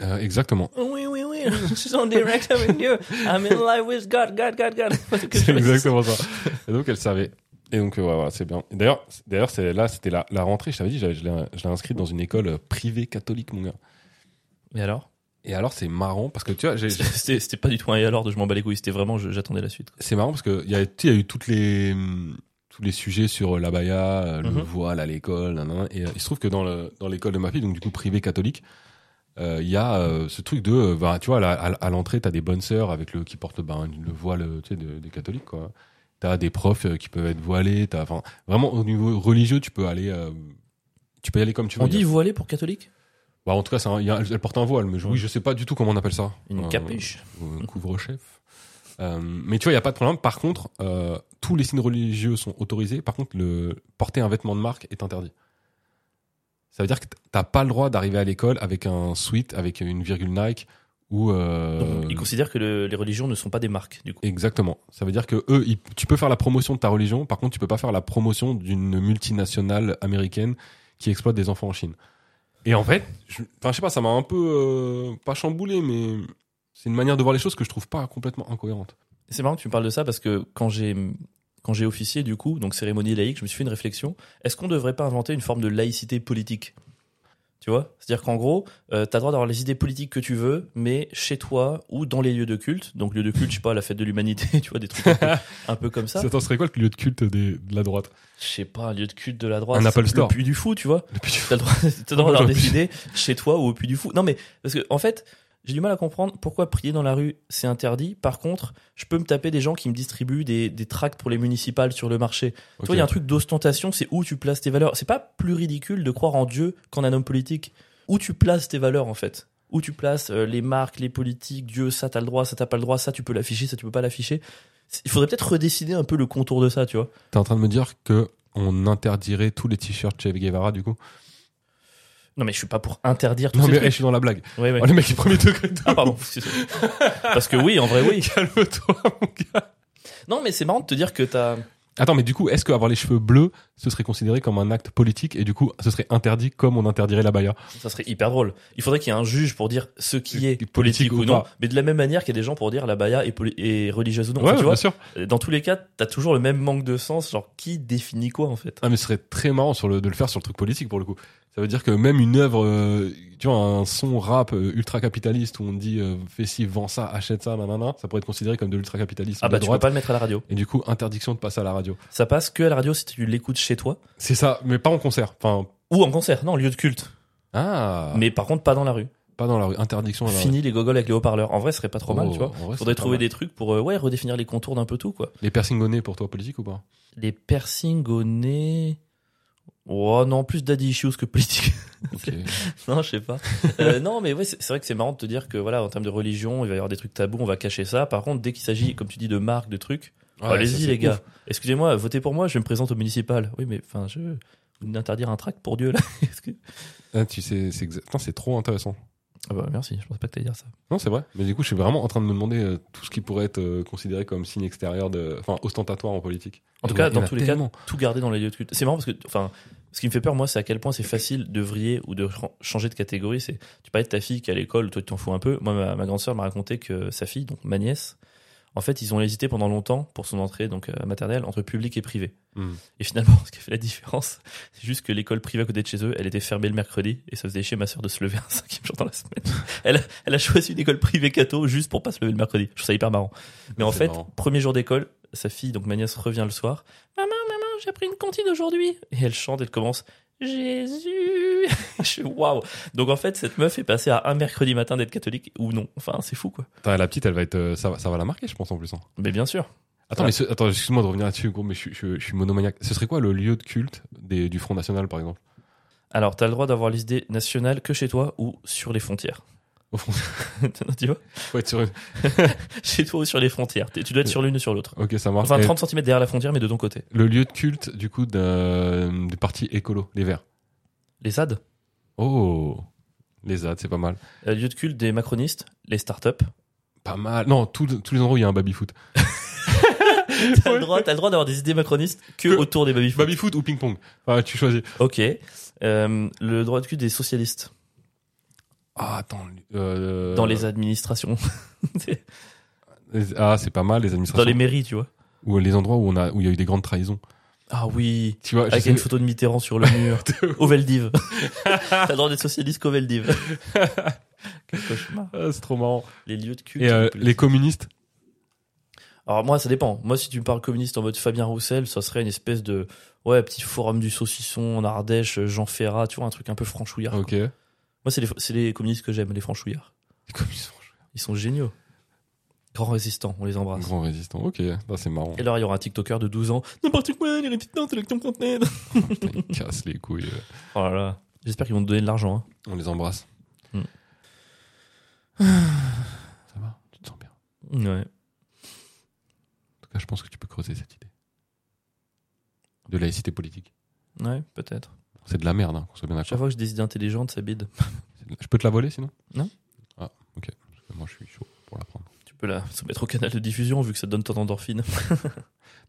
Speaker 2: Euh, exactement.
Speaker 1: Oui, oui, oui, je suis en direct avec Dieu. I'm in live with God, God, God, God.
Speaker 2: C'est exactement ça. Et donc elle savait. Et donc euh, ouais, voilà, c'est bien. Et D'ailleurs, c'est- d'ailleurs, c'est là, c'était la, la rentrée. Je t'avais dit, j'avais- je l'ai je l'ai inscrite dans une école euh, privée catholique, mon gars.
Speaker 1: Et alors
Speaker 2: Et alors c'est marrant parce que tu vois, j'ai
Speaker 1: C'était c'était pas du tout un et alors de je m'en bats les couilles, c'était vraiment je- j'attendais la suite.
Speaker 2: c'est marrant parce que il y a, tu sais, il y a eu toutes les hum, tous les sujets sur euh, l'abaya, euh, le
Speaker 1: Mhm.
Speaker 2: voile à l'école, nanana. et euh, il se trouve que dans le dans l'école de ma fille, donc du coup privée catholique, euh, il y a euh, ce truc de, euh, bah, tu vois, à, la- à, à l'entrée, t'as des bonnes sœurs avec le qui portent ben, le voile, euh, tu sais, de- des catholiques quoi. T'as des profs euh, qui peuvent être voilés, t'as enfin vraiment au niveau religieux, tu peux aller, euh, tu peux y aller comme tu veux.
Speaker 1: On
Speaker 2: Il y a-
Speaker 1: dit voilé pour catholique
Speaker 2: bah, en tout cas, c'est un- il y a- elle porte un voile, mais je, oui, je sais pas du tout comment on appelle ça.
Speaker 1: Une
Speaker 2: Euh,
Speaker 1: capuche.
Speaker 2: ou un couvre-chef. Euh, mais tu vois, il n'y a pas de problème. Par contre, euh, tous les signes religieux sont autorisés. Par contre, le, porter un vêtement de marque est interdit. Ça veut dire que t- t'as pas le droit d'arriver à l'école avec un sweat, avec une virgule Nike ou. euh,
Speaker 1: Donc, Ils considèrent que le- les religions ne sont pas des marques, du coup.
Speaker 2: Exactement. Ça veut dire que eux, ils- tu peux faire la promotion de ta religion. Par contre, tu peux pas faire la promotion d'une multinationale américaine qui exploite des enfants en Chine. Et en fait, je, enfin, je sais pas, ça m'a un peu euh, pas chamboulé, mais c'est une manière de voir les choses que je trouve pas complètement incohérente.
Speaker 1: C'est marrant que tu me parles de ça parce que quand j'ai quand j'ai officié du coup, donc cérémonie laïque, je me suis fait une réflexion. Est-ce qu'on ne devrait pas inventer une forme de laïcité politique Tu vois C'est-à-dire qu'en gros, euh, t'as le droit d'avoir les idées politiques que tu veux, mais chez toi ou dans les lieux de culte. Donc lieu de culte, je sais pas, la fête de l'humanité, tu vois, des trucs un peu, un peu comme ça.
Speaker 2: Ça t'en serait quoi le lieu de culte des- de la droite
Speaker 1: Je sais pas, un lieu de culte de la droite.
Speaker 2: Un Apple Store.
Speaker 1: Le puits du fou, tu vois
Speaker 2: Le Puy du Fou.
Speaker 1: T'as le droit, t'as le droit d'avoir
Speaker 2: J'aurais
Speaker 1: des
Speaker 2: pu-
Speaker 1: idées chez toi ou au puits du fou. Non, mais parce que en fait, j'ai du mal à comprendre pourquoi prier dans la rue c'est interdit. Par contre, je peux me taper des gens qui me distribuent des, des tracts pour les municipales sur le marché. Tu vois, il y a un truc d'ostentation, c'est où tu places tes valeurs. C'est pas plus ridicule de croire en Dieu qu'en un homme politique. Où tu places tes valeurs en fait. Où tu places euh, les marques, les politiques, Dieu, ça t'as le droit, ça t'as pas le droit, ça tu peux l'afficher, ça tu peux pas l'afficher. C'est- Il faudrait peut-être redécider un peu le contour de ça, tu vois.
Speaker 2: T'es en train de me dire que on interdirait tous les t-shirts Che Guevara du coup
Speaker 1: Non mais je suis pas pour interdire tout
Speaker 2: Non
Speaker 1: ça.
Speaker 2: mais eh, je suis dans la blague.
Speaker 1: Ouais, ouais.
Speaker 2: Oh, le mec est premier degré.
Speaker 1: Ah pardon. excuse-moi. Parce que oui, en vrai oui.
Speaker 2: Calme-toi mon gars.
Speaker 1: Non, mais c'est marrant de te dire que t'as.
Speaker 2: Attends, mais du coup, est-ce qu'avoir les cheveux bleus, ce serait considéré comme un acte politique et du coup, ce serait interdit comme on interdirait la baya
Speaker 1: Ça serait hyper drôle. Il faudrait qu'il y ait un juge pour dire ce qui est
Speaker 2: Politique
Speaker 1: politique,
Speaker 2: ou
Speaker 1: ou non.
Speaker 2: pas.
Speaker 1: Mais de la même manière qu'il y a des gens pour dire la baya est, poli- est religieuse ou non. Enfin, tu vois,
Speaker 2: sûr.
Speaker 1: dans tous les cas, t'as toujours le même manque de sens. Genre, qui définit quoi en fait
Speaker 2: Ah, mais ce serait très marrant sur le, de le faire sur le truc politique pour le coup. Ça veut dire que même une œuvre, euh, tu vois, un son rap euh, ultra-capitaliste où on dit euh, fais ci, vends ça, achète ça, nanana, ça pourrait être considéré comme de l'ultra-capitalisme
Speaker 1: Ah bah
Speaker 2: de
Speaker 1: tu peux
Speaker 2: droite.
Speaker 1: pas le mettre à la radio.
Speaker 2: Et du coup, interdiction de passer à la radio.
Speaker 1: Ça passe que à la radio si tu l'écoutes chez toi
Speaker 2: C'est ça, mais pas en concert. Enfin,
Speaker 1: ou en concert. Non, lieu de culte.
Speaker 2: ah,
Speaker 1: Mais par contre, pas dans la rue.
Speaker 2: pas dans la rue. Interdiction à la
Speaker 1: Fini les gogoles avec les haut-parleurs. En vrai, ce serait pas
Speaker 2: Oh,
Speaker 1: trop mal, tu vois. Faudrait trouver des trucs pour euh, ouais redéfinir les contours d'un peu tout quoi.
Speaker 2: Les piercings au nez pour toi, politique ou pas
Speaker 1: Les piercings au nez. Oh non, plus daddy issues que politique.
Speaker 2: Ok.
Speaker 1: Bah, Non, je sais pas. Euh, non, mais ouais, c'est c'est vrai que c'est marrant de te dire que voilà, en termes de religion, il va y avoir des trucs tabous, on va cacher ça. Par contre, dès qu'il s'agit, comme tu dis, de marques, de trucs, bah,
Speaker 2: Ouais, ça,
Speaker 1: allez-y
Speaker 2: c'est
Speaker 1: les
Speaker 2: ouf.
Speaker 1: gars. Excusez-moi, votez pour moi, je me présente au municipal. Oui, mais enfin, je vous venez d'interdire un tract pour Dieu là. Est-ce que-
Speaker 2: Ah, tu sais, c'est exa- Putain, c'est trop intéressant.
Speaker 1: Ah bah merci, je pensais pas que t'allais dire ça.
Speaker 2: Non, c'est vrai. Mais du coup, je suis vraiment en train de me demander euh, tout ce qui pourrait être euh, considéré comme signe extérieur, de... enfin ostentatoire en politique.
Speaker 1: En tout
Speaker 2: Il y
Speaker 1: cas,
Speaker 2: en a
Speaker 1: dans tous les
Speaker 2: tellement.
Speaker 1: cas, tout garder dans les lieux de culte. C'est marrant parce que, enfin, ce qui me fait peur, moi, c'est à quel point c'est facile de vriller ou de ch- changer de catégorie. C'est, tu parlais de ta fille qui est à l'école, toi, tu t'en fous un peu. Moi, ma, ma grande sœur m'a raconté que sa fille, donc ma nièce, En fait, ils ont hésité pendant longtemps pour son entrée donc euh, maternelle entre public et privé.
Speaker 2: Hmm.
Speaker 1: Et finalement, ce qui a fait la différence, c'est juste que l'école privée à côté de chez eux, elle était fermée le mercredi et ça faisait chier ma sœur de se lever un cinquième jour dans la semaine. Elle a, elle a choisi une école privée catho juste pour pas se lever le mercredi. Je trouve ça hyper marrant. Mais en
Speaker 2: C'est
Speaker 1: fait,
Speaker 2: marrant.
Speaker 1: premier jour d'école, sa fille, donc ma nièce, revient le soir. Maman, maman, j'ai appris une comptine aujourd'hui. Et elle chante, elle commence. Jésus, je suis waouh. Donc en fait, cette meuf est passée à un mercredi matin d'être catholique ou non. Enfin, c'est fou quoi.
Speaker 2: Putain, la petite, elle va être, euh, ça, va- ça va la marquer, je pense en plus. hein.
Speaker 1: Mais bien sûr.
Speaker 2: Attends,
Speaker 1: Ouais.
Speaker 2: mais ce- attends, excuse-moi de revenir là-dessus, gros, mais je, suis- je- je suis monomaniaque. Ce serait quoi le lieu de culte des- du Front National, par exemple
Speaker 1: Alors, t'as le droit d'avoir les idées nationales que chez toi ou sur les frontières.
Speaker 2: Au fond,
Speaker 1: tu vois
Speaker 2: faut être sur une-
Speaker 1: Chez toi ou sur les frontières. T'es- Tu dois être sur l'une ou sur l'autre.
Speaker 2: Ok, ça marche.
Speaker 1: Enfin,
Speaker 2: Et
Speaker 1: 30 cm derrière la frontière, mais de ton côté.
Speaker 2: Le lieu de culte, du coup, d'un- du parti écolo, les Verts.
Speaker 1: Les SAD,
Speaker 2: Oh, les ZAD, c'est pas mal.
Speaker 1: euh, lieu de culte des macronistes, les startups.
Speaker 2: Pas mal. Non, tous tous les endroits où il y a un baby-foot.
Speaker 1: T'as le droit, t'as le droit d'avoir des idées macronistes que
Speaker 2: Que-
Speaker 1: autour des baby
Speaker 2: Baby-foot ou ping-pong Enfin, Tu choisis.
Speaker 1: Ok. Euh, le droit de culte des socialistes
Speaker 2: Ah, attends. euh,
Speaker 1: dans les administrations,
Speaker 2: les- Ah, c'est pas mal, les
Speaker 1: dans
Speaker 2: administrations.
Speaker 1: les mairies, tu vois.
Speaker 2: Ou euh, les endroits où on a- où il y a eu des grandes trahisons.
Speaker 1: Ah oui.
Speaker 2: Tu vois, je
Speaker 1: Avec
Speaker 2: sais-
Speaker 1: une photo de Mitterrand sur le mur. Au Veldiv. T'as le droit des socialistes qu'au Veldiv. Quel cauchemar.
Speaker 2: Ah, c'est trop marrant.
Speaker 1: Les lieux de culte.
Speaker 2: Et euh,
Speaker 1: les plus-
Speaker 2: les communistes
Speaker 1: Alors moi, ça dépend. Moi, si tu me parles communiste en mode Fabien Roussel, ça serait une espèce de ouais petit forum du saucisson en Ardèche, euh, Jean Ferrat, tu vois un truc un peu franchouillard.
Speaker 2: Ah, Ok.
Speaker 1: Moi, c'est les, c'est les communistes que j'aime, les franchouillards.
Speaker 2: Les communistes,
Speaker 1: Ils sont géniaux. Grands résistants, on les embrasse.
Speaker 2: Grand résistant, ok, Ah, c'est marrant.
Speaker 1: Et là, il y aura un TikToker de 12 ans. N'importe quoi, les résistants, c'est le que contenait.
Speaker 2: Putain, ils cassent les couilles. euh.
Speaker 1: Oh là là. J'espère qu'ils vont te donner de l'argent. hein.
Speaker 2: On les embrasse.
Speaker 1: Hmm.
Speaker 2: Ça va Tu te sens bien En
Speaker 1: hein. Ouais.
Speaker 2: tout cas, je pense que tu peux creuser cette idée. De laïcité politique.
Speaker 1: Ouais, peut-être.
Speaker 2: C'est de la merde, hein, qu'on soit bien
Speaker 1: Chaque
Speaker 2: d'accord.
Speaker 1: fois que je dis idées intelligentes, ça bide.
Speaker 2: C'est de la- Je peux te la voler sinon
Speaker 1: Non.
Speaker 2: Ah, ok. Parce que moi, je suis chaud pour la prendre.
Speaker 1: Tu peux la soumettre au canal de diffusion vu que ça te donne tant d'endorphines.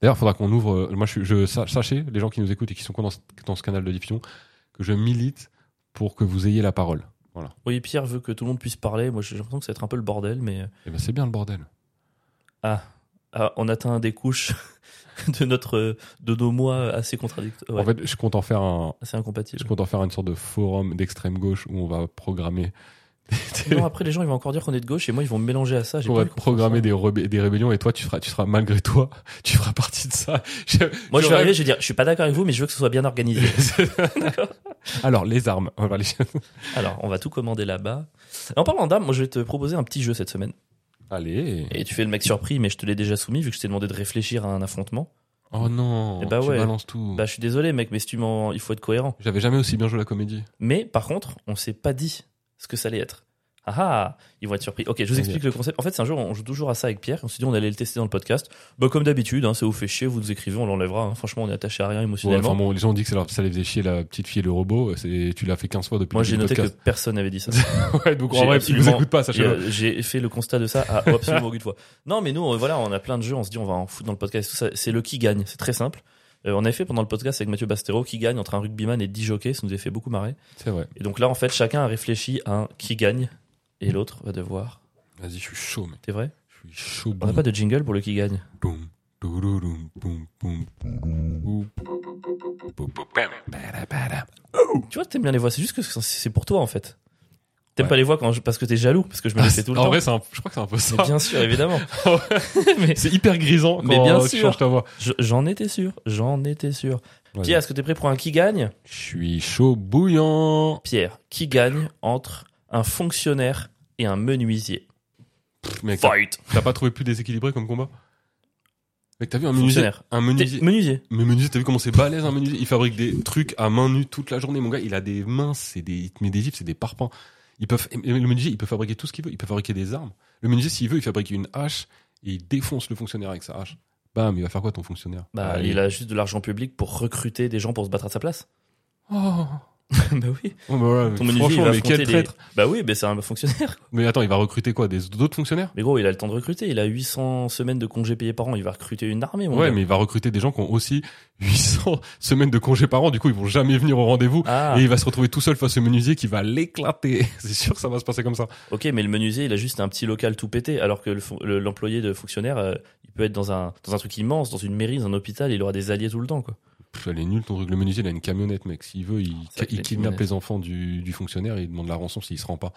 Speaker 2: D'ailleurs, il faudra qu'on ouvre. euh, moi, je, suis- je- sa- sachez, les gens qui nous écoutent et qui sont dans ce, dans ce canal de diffusion, que je milite pour que vous ayez la parole.
Speaker 1: Oui, Pierre veut que tout le monde puisse parler. Moi, j'ai l'impression que ça va être un peu le bordel, mais. euh,
Speaker 2: Et ben, c'est bien le bordel.
Speaker 1: Ah, ah, on atteint des couches de notre de nos mois assez contradictoires. Ouais,
Speaker 2: En fait, je compte en faire un,
Speaker 1: assez
Speaker 2: Je
Speaker 1: incompatibles.
Speaker 2: compte en faire une sorte de forum d'extrême gauche où on va programmer.
Speaker 1: Non, après les gens ils vont encore dire qu'on est de gauche et moi ils vont me mélanger à ça. J'ai
Speaker 2: on
Speaker 1: pas
Speaker 2: va
Speaker 1: envie qu'on fasse
Speaker 2: programmer
Speaker 1: ça.
Speaker 2: des, rebé- des rébellions et toi, tu seras, tu seras malgré toi, tu feras partie de ça. Je-
Speaker 1: Moi je vais
Speaker 2: rêve-
Speaker 1: arriver, je vais dire, je suis pas d'accord avec vous, mais je veux que ce soit bien organisé.
Speaker 2: Alors, les armes. On va parler-
Speaker 1: Alors, on va tout commander là-bas. En parlant d'âme, moi je vais te proposer un petit jeu cette semaine.
Speaker 2: Allez.
Speaker 1: Et tu fais le mec surpris, mais je te l'ai déjà soumis vu que je t'ai demandé de réfléchir à un affrontement.
Speaker 2: Oh non.
Speaker 1: Eh bah
Speaker 2: tu
Speaker 1: ouais.
Speaker 2: balances tout.
Speaker 1: Bah je suis désolé mec, mais si tu m'en, il faut être cohérent.
Speaker 2: J'avais jamais aussi bien joué la comédie.
Speaker 1: Mais par contre, on s'est pas dit ce que ça allait être. Ah ah, ils vont être surpris. Ok, je vous
Speaker 2: Ok.
Speaker 1: explique le concept. En fait, c'est un jour, on joue toujours à ça avec Pierre. On s'est dit, on allait le tester dans le podcast. Bah, comme d'habitude, hein, ça vous fait chier, vous nous écrivez, on l'enlèvera. hein. Franchement, on est attaché à rien
Speaker 2: Ouais,
Speaker 1: émotionnellement.
Speaker 2: enfin bon, les gens ont dit que ça, leur- ça les faisait chier la petite fille et le robot. C'est- Tu l'as fait 15 fois depuis
Speaker 1: Moi,
Speaker 2: le
Speaker 1: j'ai
Speaker 2: début
Speaker 1: noté
Speaker 2: du
Speaker 1: que
Speaker 2: podcast.
Speaker 1: personne n'avait dit ça.
Speaker 2: ouais, donc en
Speaker 1: j'ai
Speaker 2: vrai, ils vous
Speaker 1: absolument-
Speaker 2: écoutent pas,
Speaker 1: Et,
Speaker 2: sachez-le.
Speaker 1: euh, J'ai fait le constat de ça à absolument aucune fois. Non, mais nous, on- voilà, on a plein de jeux. On se dit, on va en foutre dans le podcast. et tout ça. C'est le qui gagne. C'est très simple. Euh, on avait fait pendant le podcast avec Mathieu Bastero qui gagne entre un rugbyman et 10 jockeys. Ça nous a fait beaucoup marrer.
Speaker 2: C'est vrai.
Speaker 1: Et donc là, en fait, chacun a réfléchi à un qui gagne et l'autre va devoir.
Speaker 2: Vas-y, je suis chaud, mec.
Speaker 1: T'es vrai?
Speaker 2: Je suis chaud.
Speaker 1: On n'a pas de jingle pour le qui gagne.
Speaker 2: Boum, doulouloum, boum, boum, boum, boum, boum, bam, bada, bada. Oh.
Speaker 1: Tu vois, t'aimes bien les voix, c'est juste que c'est c'est pour toi en fait. T'aimes
Speaker 2: Ouais. Ah,
Speaker 1: pas les voix quand je- parce que t'es jaloux, parce que je me les fais Ah, tout le
Speaker 2: en
Speaker 1: temps.
Speaker 2: vrai, Ah c'est un- je crois que c'est un peu
Speaker 1: Mais
Speaker 2: ça.
Speaker 1: bien sûr, évidemment. mais
Speaker 2: C'est hyper grisant quand
Speaker 1: Mais bien
Speaker 2: tu
Speaker 1: sûr.
Speaker 2: changes ta voix.
Speaker 1: je- j'en étais sûr, j'en étais sûr.
Speaker 2: Vas-y.
Speaker 1: Pierre, est-ce que t'es prêt pour un qui gagne
Speaker 2: Je suis chaud bouillant.
Speaker 1: Pierre, qui gagne entre un fonctionnaire et un menuisier
Speaker 2: Pff, mec, t'as-
Speaker 1: Fight
Speaker 2: t'as pas trouvé plus déséquilibré comme combat Mec, t'as vu un menuisier
Speaker 1: Fonctionnaire.
Speaker 2: Un
Speaker 1: T'es-
Speaker 2: menuisier.
Speaker 1: Menuisier.
Speaker 2: Mais menuisier, t'as vu comment c'est balèze un menuisier Il fabrique des trucs à main nue toute la journée. Mon gars, il a des mains, c'est des, il te met des gifs, c'est des parpaings. Ils peuvent, et le menuisier, il peut fabriquer tout ce qu'il veut. Il peut fabriquer des armes. Le menuisier, s'il veut, il fabrique une hache et il défonce le fonctionnaire avec sa hache. Bam, il va faire quoi ton fonctionnaire
Speaker 1: Bah,
Speaker 2: Allez.
Speaker 1: il a juste de l'argent public pour recruter des gens pour se battre à sa place.
Speaker 2: Oh,
Speaker 1: bah oui.
Speaker 2: Oh, bah ouais, mais
Speaker 1: Ton menuisier, il
Speaker 2: franchement,
Speaker 1: va
Speaker 2: mais
Speaker 1: affronter
Speaker 2: quel
Speaker 1: les-
Speaker 2: traître.
Speaker 1: Bah oui, mais c'est un fonctionnaire. quoi.
Speaker 2: Mais attends, il va recruter quoi Des d'autres fonctionnaires
Speaker 1: Mais gros, il a le temps de recruter. Il a 800 semaines de congés payés par an. Il va recruter une armée, mon
Speaker 2: Ouais,
Speaker 1: gars.
Speaker 2: mais il va recruter des gens qui ont aussi 800 semaines de congés par an. Du coup, ils vont jamais venir au rendez-vous.
Speaker 1: Ah,
Speaker 2: Et il va se retrouver tout seul face au menuisier qui va l'éclater. C'est sûr que ça va se passer comme ça.
Speaker 1: ok, mais le menuisier, il a juste un petit local tout pété, alors que le fon- le- l'employé de fonctionnaire, euh, il peut être dans un, dans un truc immense, dans une mairie, dans un hôpital, il aura des alliés tout le temps, quoi.
Speaker 2: Pff, elle est nulle ton truc. Le menuisier, il a une camionnette, mec. S'il veut, il,
Speaker 1: C'est vrai qu'il a
Speaker 2: il
Speaker 1: une
Speaker 2: kidnappe
Speaker 1: camionnette.
Speaker 2: les enfants du, du fonctionnaire et il demande la rançon s'il se rend pas.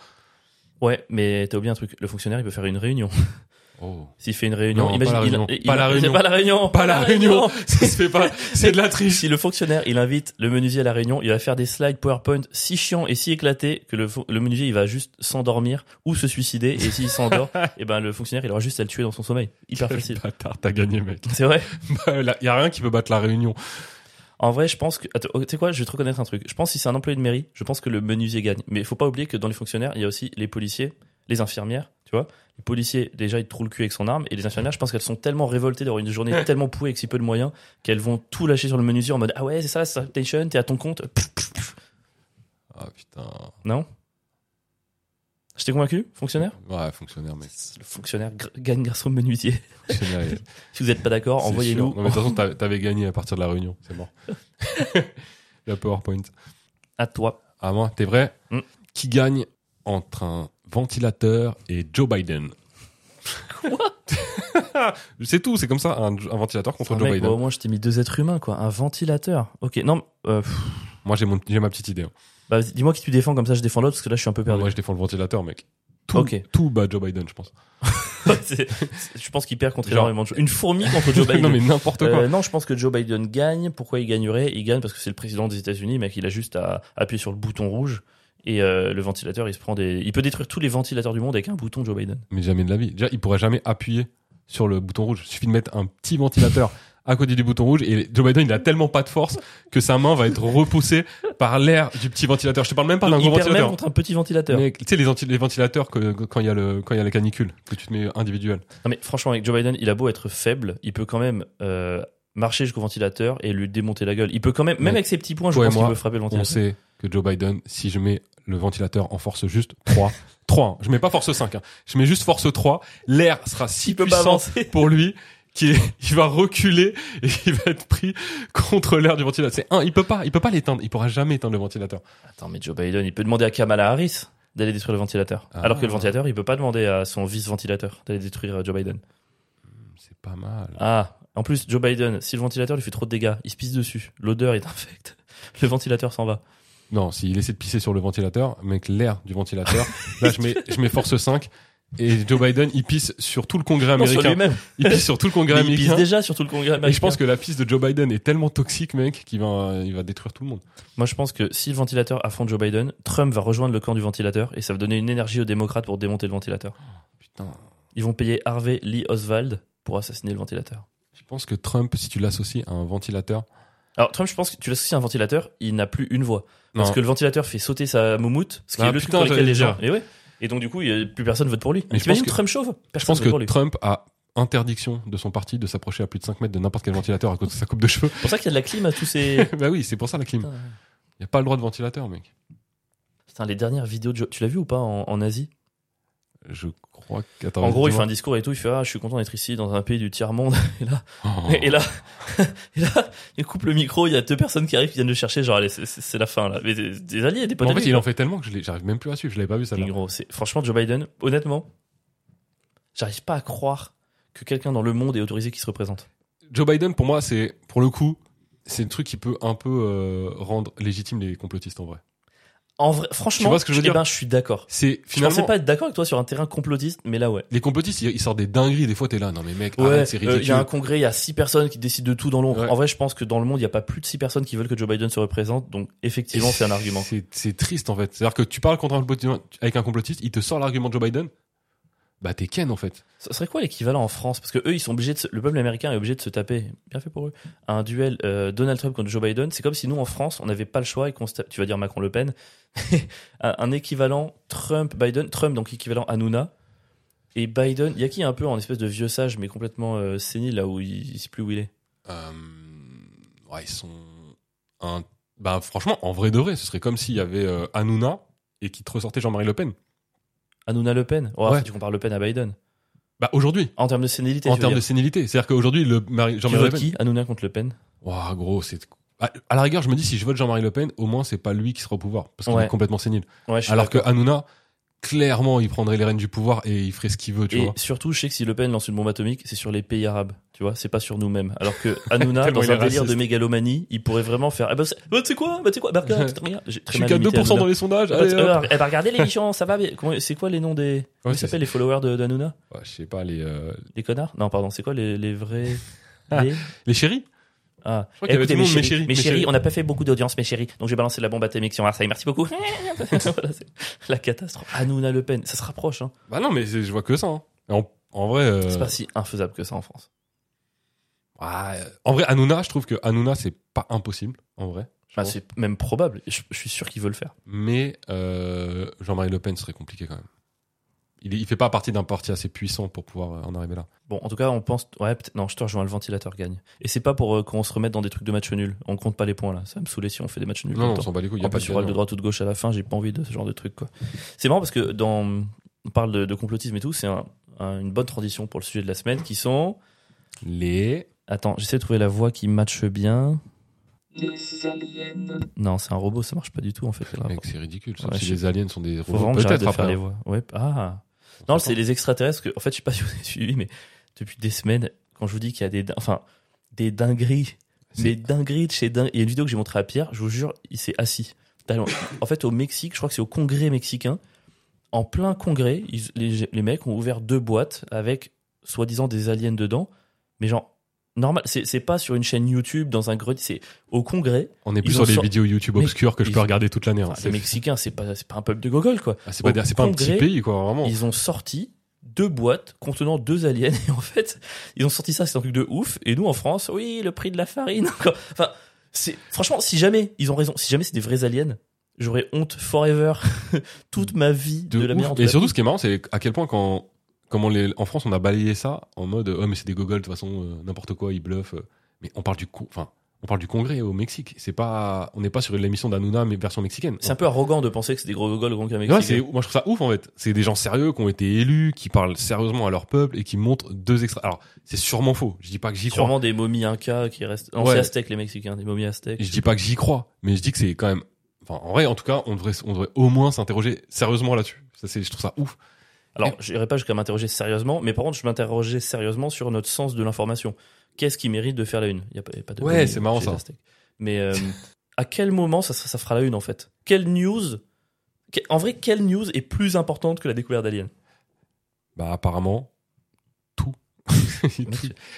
Speaker 1: Ouais, mais t'as oublié un truc. Le fonctionnaire, il peut faire une réunion.
Speaker 2: Oh.
Speaker 1: S'il fait une réunion,
Speaker 2: Non, pas
Speaker 1: imagine,
Speaker 2: la
Speaker 1: il-
Speaker 2: réunion.
Speaker 1: il-
Speaker 2: Pas la
Speaker 1: il-
Speaker 2: réunion.
Speaker 1: c'est Pas la réunion.
Speaker 2: Pas la réunion. Ça se fait pas. C'est de la triche.
Speaker 1: Si le fonctionnaire, il invite le menuisier à la réunion, il va faire des slides PowerPoint si chiants et si éclatés que le, fo- le menuisier, il va juste s'endormir ou se suicider. Et s'il s'endort, et ben, le fonctionnaire, il aura juste à le tuer dans son sommeil. Hyper
Speaker 2: Quel
Speaker 1: facile.
Speaker 2: bâtard, t'as gagné, mec.
Speaker 1: C'est vrai.
Speaker 2: Il y a rien qui peut battre la réunion.
Speaker 1: En vrai, je pense que. attends, oh, Tu sais quoi, je vais te reconnaître un truc. Je pense que si c'est un employé de mairie, je pense que le menuisier gagne. Mais il faut pas oublier que dans les fonctionnaires, il y a aussi les policiers, les infirmières, tu vois. Les policiers, déjà, ils te trouvent le cul avec son arme. Et les infirmières, je pense qu'elles sont tellement révoltées d'avoir une journée tellement pourrie avec si peu de moyens qu'elles vont tout lâcher sur le menuisier en mode Ah ouais, c'est ça, c'est ça, station, t'es à ton compte. Pff, pff, pff.
Speaker 2: Ah, putain.
Speaker 1: Non Je t'ai convaincu, fonctionnaire
Speaker 2: Ouais, fonctionnaire, mec.
Speaker 1: Le fonctionnaire gr- gagne grâce au menuisier.
Speaker 2: Fonctionnaire, il-
Speaker 1: Si vous n'êtes pas d'accord,
Speaker 2: C'est
Speaker 1: Oh, envoyez-nous.
Speaker 2: sûr. Non, mais de toute façon, t'avais- t'avais gagné à partir de la réunion. C'est mort. la PowerPoint.
Speaker 1: À toi.
Speaker 2: À Ah, moi, t'es vrai
Speaker 1: Mm.
Speaker 2: Qui gagne entre un ventilateur et Joe Biden Quoi C'est tout, c'est comme ça, un, un ventilateur contre
Speaker 1: Ah,
Speaker 2: Joe
Speaker 1: mec,
Speaker 2: Biden.
Speaker 1: bah, au moins, je t'ai mis deux êtres humains, quoi. Un ventilateur. Ok, non, euh, pff,
Speaker 2: Moi, j'ai mon- j'ai ma petite idée. hein.
Speaker 1: bah, vas-y, dis-moi qui tu défends, comme ça je défends l'autre, parce que là, je suis un peu perdu.
Speaker 2: Moi, je défends le ventilateur, mec. Tout,
Speaker 1: Ok.
Speaker 2: tout bat Joe Biden, je pense.
Speaker 1: C'est- c'est- je pense qu'il perd contre
Speaker 2: Genre-
Speaker 1: énormément de choses. Une fourmi contre Joe Biden.
Speaker 2: non, mais n'importe quoi.
Speaker 1: Euh, non, je pense que Joe Biden gagne. Pourquoi il gagnerait Il gagne parce que c'est le président des États-Unis, mec. Il a juste à appuyer sur le bouton rouge et euh, le ventilateur, il se prend des. Il peut détruire tous les ventilateurs du monde avec un bouton, Joe Biden.
Speaker 2: Mais jamais de la vie. Déjà, il pourrait jamais appuyer sur le bouton rouge. Il suffit de mettre un petit ventilateur à côté du bouton rouge et Joe Biden, il a tellement pas de force que sa main va être repoussée par l'air du petit ventilateur. Je te parle même pas d'un
Speaker 1: Donc,
Speaker 2: gros
Speaker 1: il perd même
Speaker 2: ventilateur.
Speaker 1: contre un petit ventilateur.
Speaker 2: Mais, tu sais, les, anti- les ventilateurs que, que- quand il y a le, quand il y a la canicule, que tu te mets individuel.
Speaker 1: Non, mais franchement, avec Joe Biden, il a beau être faible, il peut quand même euh, marcher jusqu'au ventilateur et lui démonter la gueule. Il peut quand même, même
Speaker 2: Mec,
Speaker 1: avec ses petits points, je
Speaker 2: toi et
Speaker 1: pense qu'il
Speaker 2: moi,
Speaker 1: peut frapper le
Speaker 2: On
Speaker 1: ventilateur.
Speaker 2: sait que Joe Biden, si je mets le ventilateur en force juste 3, 3, hein. je mets pas force 5, hein. je mets juste force 3, l'air sera si
Speaker 1: il peut pas
Speaker 2: puissant
Speaker 1: avancer.
Speaker 2: pour lui qu'il est- il va reculer et il va être pris contre l'air du ventilateur. C'est un, il peut pas, il peut pas l'éteindre, il pourra jamais éteindre le ventilateur.
Speaker 1: Attends, mais Joe Biden, il peut demander à Kamala Harris d'aller détruire le ventilateur.
Speaker 2: Ah.
Speaker 1: Alors que le ventilateur, il peut pas demander à son vice-ventilateur d'aller détruire euh, Joe Biden.
Speaker 2: C'est pas mal.
Speaker 1: Ah, en plus, Joe Biden, si le ventilateur lui fait trop de dégâts, il se pisse dessus. L'odeur est infecte. Le ventilateur s'en va.
Speaker 2: Non, s'il essaie de pisser sur le ventilateur, mec, l'air du ventilateur, là, je mets, je mets force 5 et Joe Biden, il pisse sur tout le congrès
Speaker 1: Non, sur
Speaker 2: américain.
Speaker 1: lui-même.
Speaker 2: Il pisse sur tout le congrès
Speaker 1: Mais Il pisse
Speaker 2: américain.
Speaker 1: déjà sur tout le congrès
Speaker 2: Et je
Speaker 1: américain.
Speaker 2: pense que la piste de Joe Biden est tellement toxique, mec, qu'il va, il va détruire tout le monde.
Speaker 1: Moi, je pense que si le ventilateur affronte Joe Biden, Trump va rejoindre le camp du ventilateur et ça va donner une énergie aux démocrates pour démonter le ventilateur.
Speaker 2: Putain.
Speaker 1: Ils vont payer Harvey Lee Oswald pour assassiner le ventilateur.
Speaker 2: Je pense que Trump, si tu l'associes à un ventilateur,
Speaker 1: Alors, Trump, je pense que tu l'associes à un ventilateur, il n'a plus une voix. Parce
Speaker 2: Non.
Speaker 1: que le ventilateur fait sauter sa moumoute, ce qui
Speaker 2: Ah,
Speaker 1: est le
Speaker 2: putain,
Speaker 1: truc pour lequel
Speaker 2: j'allais
Speaker 1: les
Speaker 2: le
Speaker 1: gens. Et, ouais. et donc, du coup, il y a- plus personne vote pour lui.
Speaker 2: Mais je
Speaker 1: T'imagines
Speaker 2: pense que-
Speaker 1: Trump chauve
Speaker 2: je
Speaker 1: Personne
Speaker 2: pense
Speaker 1: vote pour
Speaker 2: que
Speaker 1: lui.
Speaker 2: Trump a interdiction de son parti de s'approcher à plus de 5 mètres de n'importe quel ventilateur à cause de sa coupe de cheveux.
Speaker 1: C'est pour ça qu'il y a de la clim à tous ces.
Speaker 2: bah oui, c'est pour ça la clim.
Speaker 1: Putain, ouais.
Speaker 2: Il n'y a pas le droit de ventilateur, mec.
Speaker 1: Putain, les dernières vidéos de Joe. Tu l'as vu ou pas en, en Asie
Speaker 2: Je crois qu'à
Speaker 1: En gros, il fait un discours et tout. Il fait Ah, je suis content d'être ici dans un pays du tiers-monde. Et là, et là, et là, il coupe le micro. Il y a deux personnes qui arrivent qui viennent le chercher. Genre, allez, c'est- c'est c'est la fin là. Mais des, des alliés, des potes.
Speaker 2: en
Speaker 1: à
Speaker 2: fait,
Speaker 1: lui,
Speaker 2: il en
Speaker 1: quoi.
Speaker 2: fait tellement que je l'ai- j'arrive même plus à suivre. Je l'avais pas vu ça.
Speaker 1: Mais gros, c'est- Franchement, Joe Biden, honnêtement, j'arrive pas à croire que quelqu'un dans le monde est autorisé qui se représente.
Speaker 2: Joe Biden, pour moi, c'est pour le coup, c'est le truc qui peut un peu euh, rendre légitime les complotistes en vrai.
Speaker 1: En vrai, franchement,
Speaker 2: Tu vois ce que je veux
Speaker 1: eh
Speaker 2: dire
Speaker 1: ben, je suis d'accord.
Speaker 2: C'est
Speaker 1: Je
Speaker 2: finalement
Speaker 1: pensais pas être d'accord avec toi sur un terrain complotiste, mais là, ouais.
Speaker 2: les complotistes, ils ils sortent des dingueries. Des fois, t'es là, non mais mec,
Speaker 1: Ouais,
Speaker 2: arrête, c'est
Speaker 1: euh,
Speaker 2: ridicule.
Speaker 1: il y a un congrès, il y a six personnes qui décident de tout dans l'ombre.
Speaker 2: Ouais.
Speaker 1: En vrai, je pense que dans le monde, il n'y a pas plus de six personnes qui veulent que Joe Biden se représente, donc effectivement, c'est un argument.
Speaker 2: C'est- C'est triste en fait. C'est-à-dire que tu parles contre un complotiste- avec un complotiste, il te sort l'argument de Joe Biden. Bah t'es Ken en fait.
Speaker 1: Ce serait quoi l'équivalent en France Parce que eux, ils sont obligés de se- le peuple américain est obligé de se taper, bien fait pour eux, un duel euh, Donald Trump contre Joe Biden. C'est comme si nous, en France, on n'avait pas le choix et qu'on se tape- tu vas dire Macron-Le Pen, un un équivalent Trump-Biden, Trump donc équivalent Hanouna, et Biden, il y a qui un peu en espèce de vieux sage, mais complètement euh, sénile, là où il, il sait plus où il est
Speaker 2: Euh, ouais, ils sont un Bah, franchement, en vrai de vrai, ce serait comme s'il y avait euh, Hanouna et qui te ressortait Jean-Marie Le Pen.
Speaker 1: Hanouna Le Pen oh,
Speaker 2: Ouais.
Speaker 1: si Tu compares Le Pen à Biden.
Speaker 2: Bah, aujourd'hui,
Speaker 1: En termes de sénilité,
Speaker 2: en
Speaker 1: tu veux
Speaker 2: termes de
Speaker 1: dire.
Speaker 2: sénilité. C'est-à-dire qu'aujourd'hui, le Mari-
Speaker 1: Tu
Speaker 2: Jean-Marie Le
Speaker 1: votes
Speaker 2: Pen.
Speaker 1: qui Hanouna contre Le Pen
Speaker 2: Ouah, gros, c'est. À, à la rigueur, je me dis, si je vote Jean-Marie Le Pen, au moins, c'est pas lui qui sera au pouvoir. Parce qu'il
Speaker 1: Ouais.
Speaker 2: est complètement sénile.
Speaker 1: Ouais, je suis
Speaker 2: Alors que
Speaker 1: d'accord.
Speaker 2: Hanouna, clairement, il prendrait les rênes du pouvoir et il ferait ce qu'il veut, tu
Speaker 1: Et
Speaker 2: vois.
Speaker 1: surtout, je sais que si Le Pen lance une bombe atomique, c'est sur les pays arabes, tu vois, c'est pas sur nous-mêmes. Alors que Hanouna,
Speaker 2: Tellement
Speaker 1: dans
Speaker 2: il
Speaker 1: un
Speaker 2: est
Speaker 1: délire de
Speaker 2: raciste.
Speaker 1: mégalomanie, il pourrait vraiment faire. Ah bah, c'est bah, tu sais quoi Bah, tu sais quoi Bah, regarde, t'as rien. J'ai
Speaker 2: Je
Speaker 1: très
Speaker 2: suis
Speaker 1: mal
Speaker 2: qu'à
Speaker 1: imité
Speaker 2: 2% dans
Speaker 1: Hanouna.
Speaker 2: les sondages.
Speaker 1: Ah, bah,
Speaker 2: allez,
Speaker 1: t'as-
Speaker 2: hop.
Speaker 1: euh, eh bah, regardez l'émission, ça va. mais comment- C'est quoi les noms des. Comment ils
Speaker 2: c'est
Speaker 1: s'appellent les followers de- d'Hanouna
Speaker 2: Ouais, je sais pas, les, euh,
Speaker 1: Les connards Non, pardon, c'est quoi les, les vrais.
Speaker 2: Ah.
Speaker 1: les-
Speaker 2: les chéris
Speaker 1: Ah,
Speaker 2: crois qu'il y avait
Speaker 1: écoutez,
Speaker 2: tout le
Speaker 1: mes
Speaker 2: monde, mes
Speaker 1: chéris,
Speaker 2: chéris,
Speaker 1: mes
Speaker 2: mes
Speaker 1: chéris,
Speaker 2: chéris.
Speaker 1: on n'a pas fait beaucoup d'audience, mes chéris. Donc, j'ai balancé de la bombe atomique sur Marseille. Merci beaucoup. Voilà, c'est la catastrophe. Hanouna Le Pen, ça se rapproche, hein.
Speaker 2: Bah non, mais c'est- je vois que ça. hein. En, en vrai. euh,
Speaker 1: C'est pas si infaisable que ça en France.
Speaker 2: ouais, euh, en vrai, Hanouna, je trouve que Hanouna, c'est pas impossible, en vrai. je
Speaker 1: Bah,
Speaker 2: pense.
Speaker 1: c'est même probable. Je, je suis sûr qu'il veut le faire.
Speaker 2: Mais euh, Jean-Marie Le Pen serait compliqué quand même. Il, est- il fait pas partie d'un parti assez puissant pour pouvoir euh, en arriver là.
Speaker 1: Bon, en tout cas, on pense. Ouais, peut-être- non, je te rejoins, le ventilateur gagne. Et c'est pas pour euh, qu'on se remette dans des trucs de match nul. On compte pas les points là. Ça va me saouler si on fait des matchs nuls. tout
Speaker 2: Non, non,
Speaker 1: le
Speaker 2: on
Speaker 1: temps.
Speaker 2: s'en bat les couilles. Il y
Speaker 1: En
Speaker 2: a pas
Speaker 1: plus,
Speaker 2: de
Speaker 1: sur de
Speaker 2: gagnant.
Speaker 1: droite ou de gauche à la fin, j'ai pas envie de ce genre de truc quoi. C'est marrant parce que dans. On parle de, de complotisme et tout, c'est un- un- une bonne transition pour le sujet de la semaine qui sont.
Speaker 2: Les.
Speaker 1: Attends, j'essaie de trouver la voix qui matche bien. Non, c'est un robot, ça marche pas du tout en fait. le rapport.
Speaker 2: Mec, c'est ridicule. sauf
Speaker 1: Ouais,
Speaker 2: si
Speaker 1: je-
Speaker 2: les aliens sont des
Speaker 1: Faut
Speaker 2: robots.
Speaker 1: vraiment que j'arrête
Speaker 2: Peut-être
Speaker 1: de faire
Speaker 2: après.
Speaker 1: les
Speaker 2: hein.
Speaker 1: voix. Ouais, ah. Non, c'est les extraterrestres. Que, en fait, je sais pas si vous avez suivi, mais depuis des semaines, quand je vous dis qu'il y a des, din- enfin, des dingueries,
Speaker 2: C'est-
Speaker 1: mais dingueries de chez dingue. Il y a une vidéo que j'ai montrée à Pierre. Je vous jure, il s'est assis. Tellement- En fait, au Mexique, je crois que c'est au Congrès mexicain. En plein Congrès, ils- les, les mecs ont ouvert deux boîtes avec soi-disant des aliens dedans, mais genre normal. C'est c'est pas sur une chaîne YouTube dans un grenier. C'est au Congrès.
Speaker 2: On est plus
Speaker 1: Ils
Speaker 2: sur
Speaker 1: ont
Speaker 2: des
Speaker 1: sor-
Speaker 2: vidéos YouTube
Speaker 1: Mais-
Speaker 2: obscures que je
Speaker 1: ils
Speaker 2: peux
Speaker 1: ont-
Speaker 2: regarder toute l'année. hein.
Speaker 1: Enfin,
Speaker 2: C'est
Speaker 1: les Mexicains, c'est pas, c'est pas un peuple de gogol quoi.
Speaker 2: ah, c'est pas,
Speaker 1: au
Speaker 2: des- c'est pas un
Speaker 1: Congrès,
Speaker 2: petit pays, quoi, vraiment.
Speaker 1: ils ont sorti deux boîtes contenant deux aliens et en fait ils ont sorti ça c'est un truc de ouf et nous en France oui le prix de la farine encore. enfin c'est franchement si jamais ils ont raison si jamais c'est des vrais aliens j'aurais honte forever toute ma vie de,
Speaker 2: De
Speaker 1: la
Speaker 2: ouf.
Speaker 1: manière dont
Speaker 2: Et
Speaker 1: la-
Speaker 2: surtout, ce qui est marrant, c'est à quel point quand, comment les, en France, on a balayé ça en mode, oh, mais c'est des gogoles, de toute façon, euh, n'importe quoi, ils bluffent. euh. Mais on parle du, co- enfin, on parle du congrès au Mexique. C'est pas, on n'est pas sur l'émission d'Anouna, mais version mexicaine.
Speaker 1: c'est un peu hein. arrogant de penser que c'est des gros gogols gros
Speaker 2: Ouais, c'est- moi je trouve ça ouf en fait. C'est des gens sérieux qui ont été élus, qui parlent sérieusement à leur peuple et qui montrent deux extra. Alors c'est sûrement faux. Je dis pas que j'y crois.
Speaker 1: sûrement des momies incas qui restent non
Speaker 2: Ouais.
Speaker 1: c'est aztèques les mexicains des momies aztèques
Speaker 2: Je dis pas que j'y crois, mais je dis que c'est quand même. Enfin, en vrai, en tout cas, on devrait, on devrait au moins s'interroger sérieusement là-dessus. Ça, c'est, je trouve ça ouf.
Speaker 1: Alors, j'irai pas jusqu'à m'interroger sérieusement, mais par contre, je m'interrogeais sérieusement sur notre sens de l'information. Qu'est-ce qui mérite de faire la une Il y a pas, y a pas de
Speaker 2: Ouais,
Speaker 1: bonne-
Speaker 2: c'est marrant,
Speaker 1: chez
Speaker 2: ça.
Speaker 1: les Aztèques. Mais euh, à quel moment ça, sera- ça fera la une en fait Quelle news que- En vrai, quelle news est plus importante que la découverte d'Alien
Speaker 2: Bah, apparemment, tout. Tout.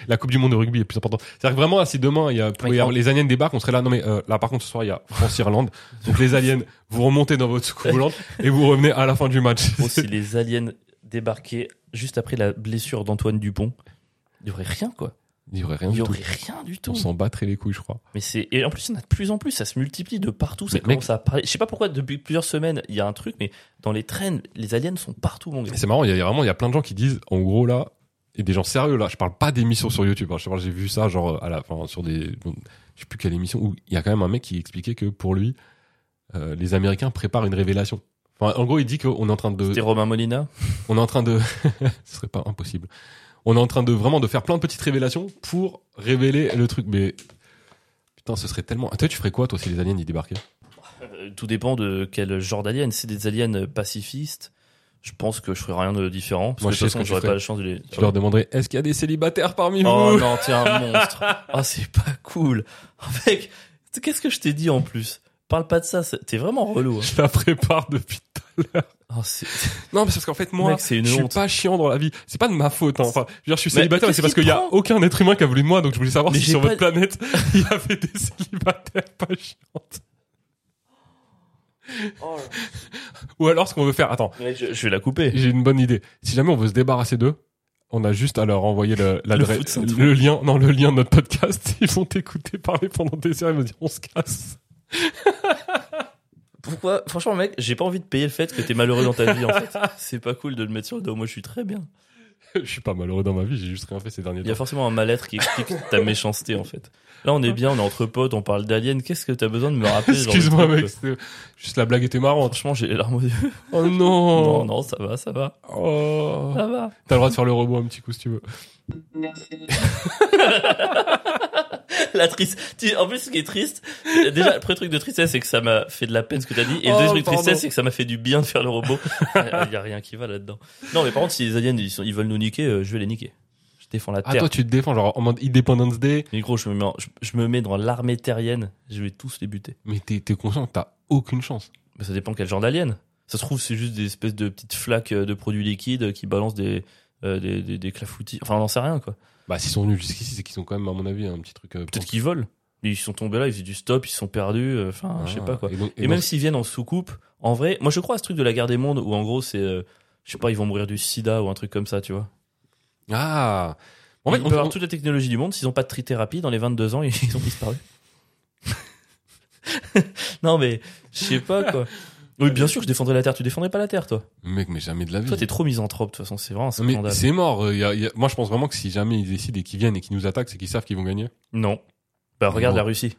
Speaker 2: La Coupe du Monde de rugby est plus importante. C'est-à-dire que vraiment, si demain il y a, pouvait y avoir- les aliens débarquent, on serait là. Non mais euh, là, par contre, ce soir il y a France-Irlande. Donc les aliens, vous remontez dans votre soucoupe volante et vous revenez à la fin du match.
Speaker 1: Bon, Oh, si les aliens débarquaient juste après la blessure d'Antoine Dupont, il y aurait rien quoi.
Speaker 2: Il y aurait rien
Speaker 1: Il y
Speaker 2: du tout.
Speaker 1: aurait rien du tout.
Speaker 2: On s'en battrait les couilles, je crois.
Speaker 1: Mais c'est et en plus il y en a de plus en plus, ça se multiplie de partout, ça
Speaker 2: Mais
Speaker 1: commence à parler. Je sais pas pourquoi depuis plusieurs semaines, il y a un truc mais dans les trains, les aliens sont partout mon gars.
Speaker 2: Et C'est marrant, il y a il y a vraiment il y a plein de gens qui disent, en gros là, et des gens sérieux là, je parle pas d'émissions sur YouTube, hein, je sais pas, j'ai vu ça genre à la fin sur des, bon, je sais plus quelle émission, où il y a quand même un mec qui expliquait que pour lui, euh, les Américains préparent une révélation. Enfin, en gros, il dit qu'on est en train de,
Speaker 1: C'était Romain Molina
Speaker 2: on est en train de, ce serait pas impossible, on est en train de vraiment de faire plein de petites révélations pour révéler le truc, mais putain, ce serait tellement, toi tu ferais quoi toi si les aliens y débarquaient
Speaker 1: Euh, Tout dépend de quel genre d'alien. Si c'est des aliens pacifistes, je pense que je ferais rien de différent. Parce
Speaker 2: Moi,
Speaker 1: que
Speaker 2: je
Speaker 1: de toute
Speaker 2: sais
Speaker 1: façon,
Speaker 2: ce que
Speaker 1: j'aurais
Speaker 2: tu
Speaker 1: pas la chance de les.
Speaker 2: Tu leur demanderais, est-ce qu'il y a des célibataires parmi
Speaker 1: Oh
Speaker 2: vous
Speaker 1: non, t'es un monstre. Oh, c'est pas cool. Oh, Mec, tu- qu'est-ce que je t'ai dit en plus Parle pas de ça, c'est- t'es vraiment relou. hein.
Speaker 2: Je la prépare depuis
Speaker 1: Oh, c'est-
Speaker 2: Non, mais c'est parce qu'en fait, moi,
Speaker 1: Mec, c'est une
Speaker 2: je suis
Speaker 1: honte.
Speaker 2: pas chiant dans la vie. C'est pas de ma faute. hein. Enfin, je veux dire, je suis
Speaker 1: Mais
Speaker 2: célibataire, mais
Speaker 1: qu'est-ce
Speaker 2: c'est parce
Speaker 1: qui
Speaker 2: qu'il y a
Speaker 1: prend
Speaker 2: aucun être humain qui a voulu de moi. Donc, je voulais savoir
Speaker 1: Mais
Speaker 2: si
Speaker 1: j'ai
Speaker 2: sur
Speaker 1: pas
Speaker 2: votre planète, il y avait des célibataires pas chiantes. Oh Ou alors, ce qu'on veut faire, attends,
Speaker 1: Mec, je, je vais la couper.
Speaker 2: j'ai une bonne idée. Si jamais on veut se débarrasser d'eux, on a juste à leur envoyer le-
Speaker 1: foot,
Speaker 2: l'adresse,
Speaker 1: c'est un
Speaker 2: le,
Speaker 1: truc.
Speaker 2: lien, non, le lien de notre podcast. Ils vont t'écouter parler pendant des heures. Ils vont dire, on se casse.
Speaker 1: Pourquoi Franchement, mec, j'ai pas envie de payer le fait que t'es malheureux dans ta vie. En fait, c'est pas cool de le mettre sur le dos. Moi, je suis très bien.
Speaker 2: je suis pas malheureux dans ma vie, j'ai juste rien fait ces derniers
Speaker 1: Il y a
Speaker 2: temps.
Speaker 1: forcément un mal-être qui explique ta méchanceté en fait. Là, on est bien, on est entre potes, on parle d'aliens. Qu'est-ce que t'as besoin de me rappeler ce genre de
Speaker 2: Excuse-moi,
Speaker 1: truc, Oh,
Speaker 2: mec, c'était- juste la blague était marrante.
Speaker 1: Franchement, j'ai les larmes aux yeux.
Speaker 2: Oh
Speaker 1: Non,
Speaker 2: non,
Speaker 1: non, ça va, ça va,
Speaker 2: Oh.
Speaker 1: ça va.
Speaker 2: T'as le droit de faire le robot un petit coup si tu veux.
Speaker 1: La triste. tu- En plus, ce qui est triste, déjà, le premier truc de tristesse, c'est que ça m'a fait de la peine ce que t'as dit. Et le
Speaker 2: Oh,
Speaker 1: deuxième truc de
Speaker 2: pardon.
Speaker 1: tristesse, c'est que ça m'a fait du bien de faire le robot. Il y a rien qui va là-dedans. Non, mais par contre, si les aliens, ils, sont- ils veulent nous niquer, euh, je vais les niquer. Je défends la
Speaker 2: Ah,
Speaker 1: Terre.
Speaker 2: toi, tu te défends, genre en mode Independence Day,
Speaker 1: Mais gros, je me mets, en- je, je me mets dans l'armée terrienne, je vais tous les buter.
Speaker 2: mais t'es t'es conscient que t'as aucune chance.
Speaker 1: Mais ça dépend quel genre d'alien. Ça se trouve, c'est juste des espèces de petites flaques euh, de produits liquides qui balancent des, euh, des, des, des clafoutis. Enfin, on n'en sait rien, quoi.
Speaker 2: Bah, s'ils sont venus jusqu'ici, c'est qu'ils ont quand même, à mon avis, un petit truc. euh,
Speaker 1: Peut-être qu'ils volent. Mais Ils sont tombés là, ils faisaient du stop, ils se sont perdus. euh, Enfin, je sais
Speaker 2: Ah,
Speaker 1: pas, quoi.
Speaker 2: Et, donc- et
Speaker 1: Et,
Speaker 2: donc-
Speaker 1: même s'ils viennent en soucoupe, en vrai, moi je crois à ce truc de la guerre des mondes où en gros c'est, euh, je sais pas, ils vont mourir du sida ou un truc comme ça, tu vois.
Speaker 2: Ah En fait,
Speaker 1: ils
Speaker 2: on,
Speaker 1: peuvent avoir
Speaker 2: on-
Speaker 1: toute la technologie du monde, s'ils ont pas de trithérapie, dans les 22 ans, ils ont disparu. non mais, je sais pas quoi. Oui, bien sûr, je défendrais la Terre. Tu défendrais pas la Terre, toi.
Speaker 2: Mec, mais jamais de la vie.
Speaker 1: Toi, t'es trop misanthrope, de toute façon, c'est vraiment un
Speaker 2: Non, mais
Speaker 1: scandale.
Speaker 2: c'est mort. euh, y a- y a- Moi, je pense vraiment que si jamais ils décident et qu'ils viennent et qu'ils nous attaquent, c'est qu'ils savent qu'ils vont gagner.
Speaker 1: Non. Bah, regarde
Speaker 2: Non.
Speaker 1: la Russie.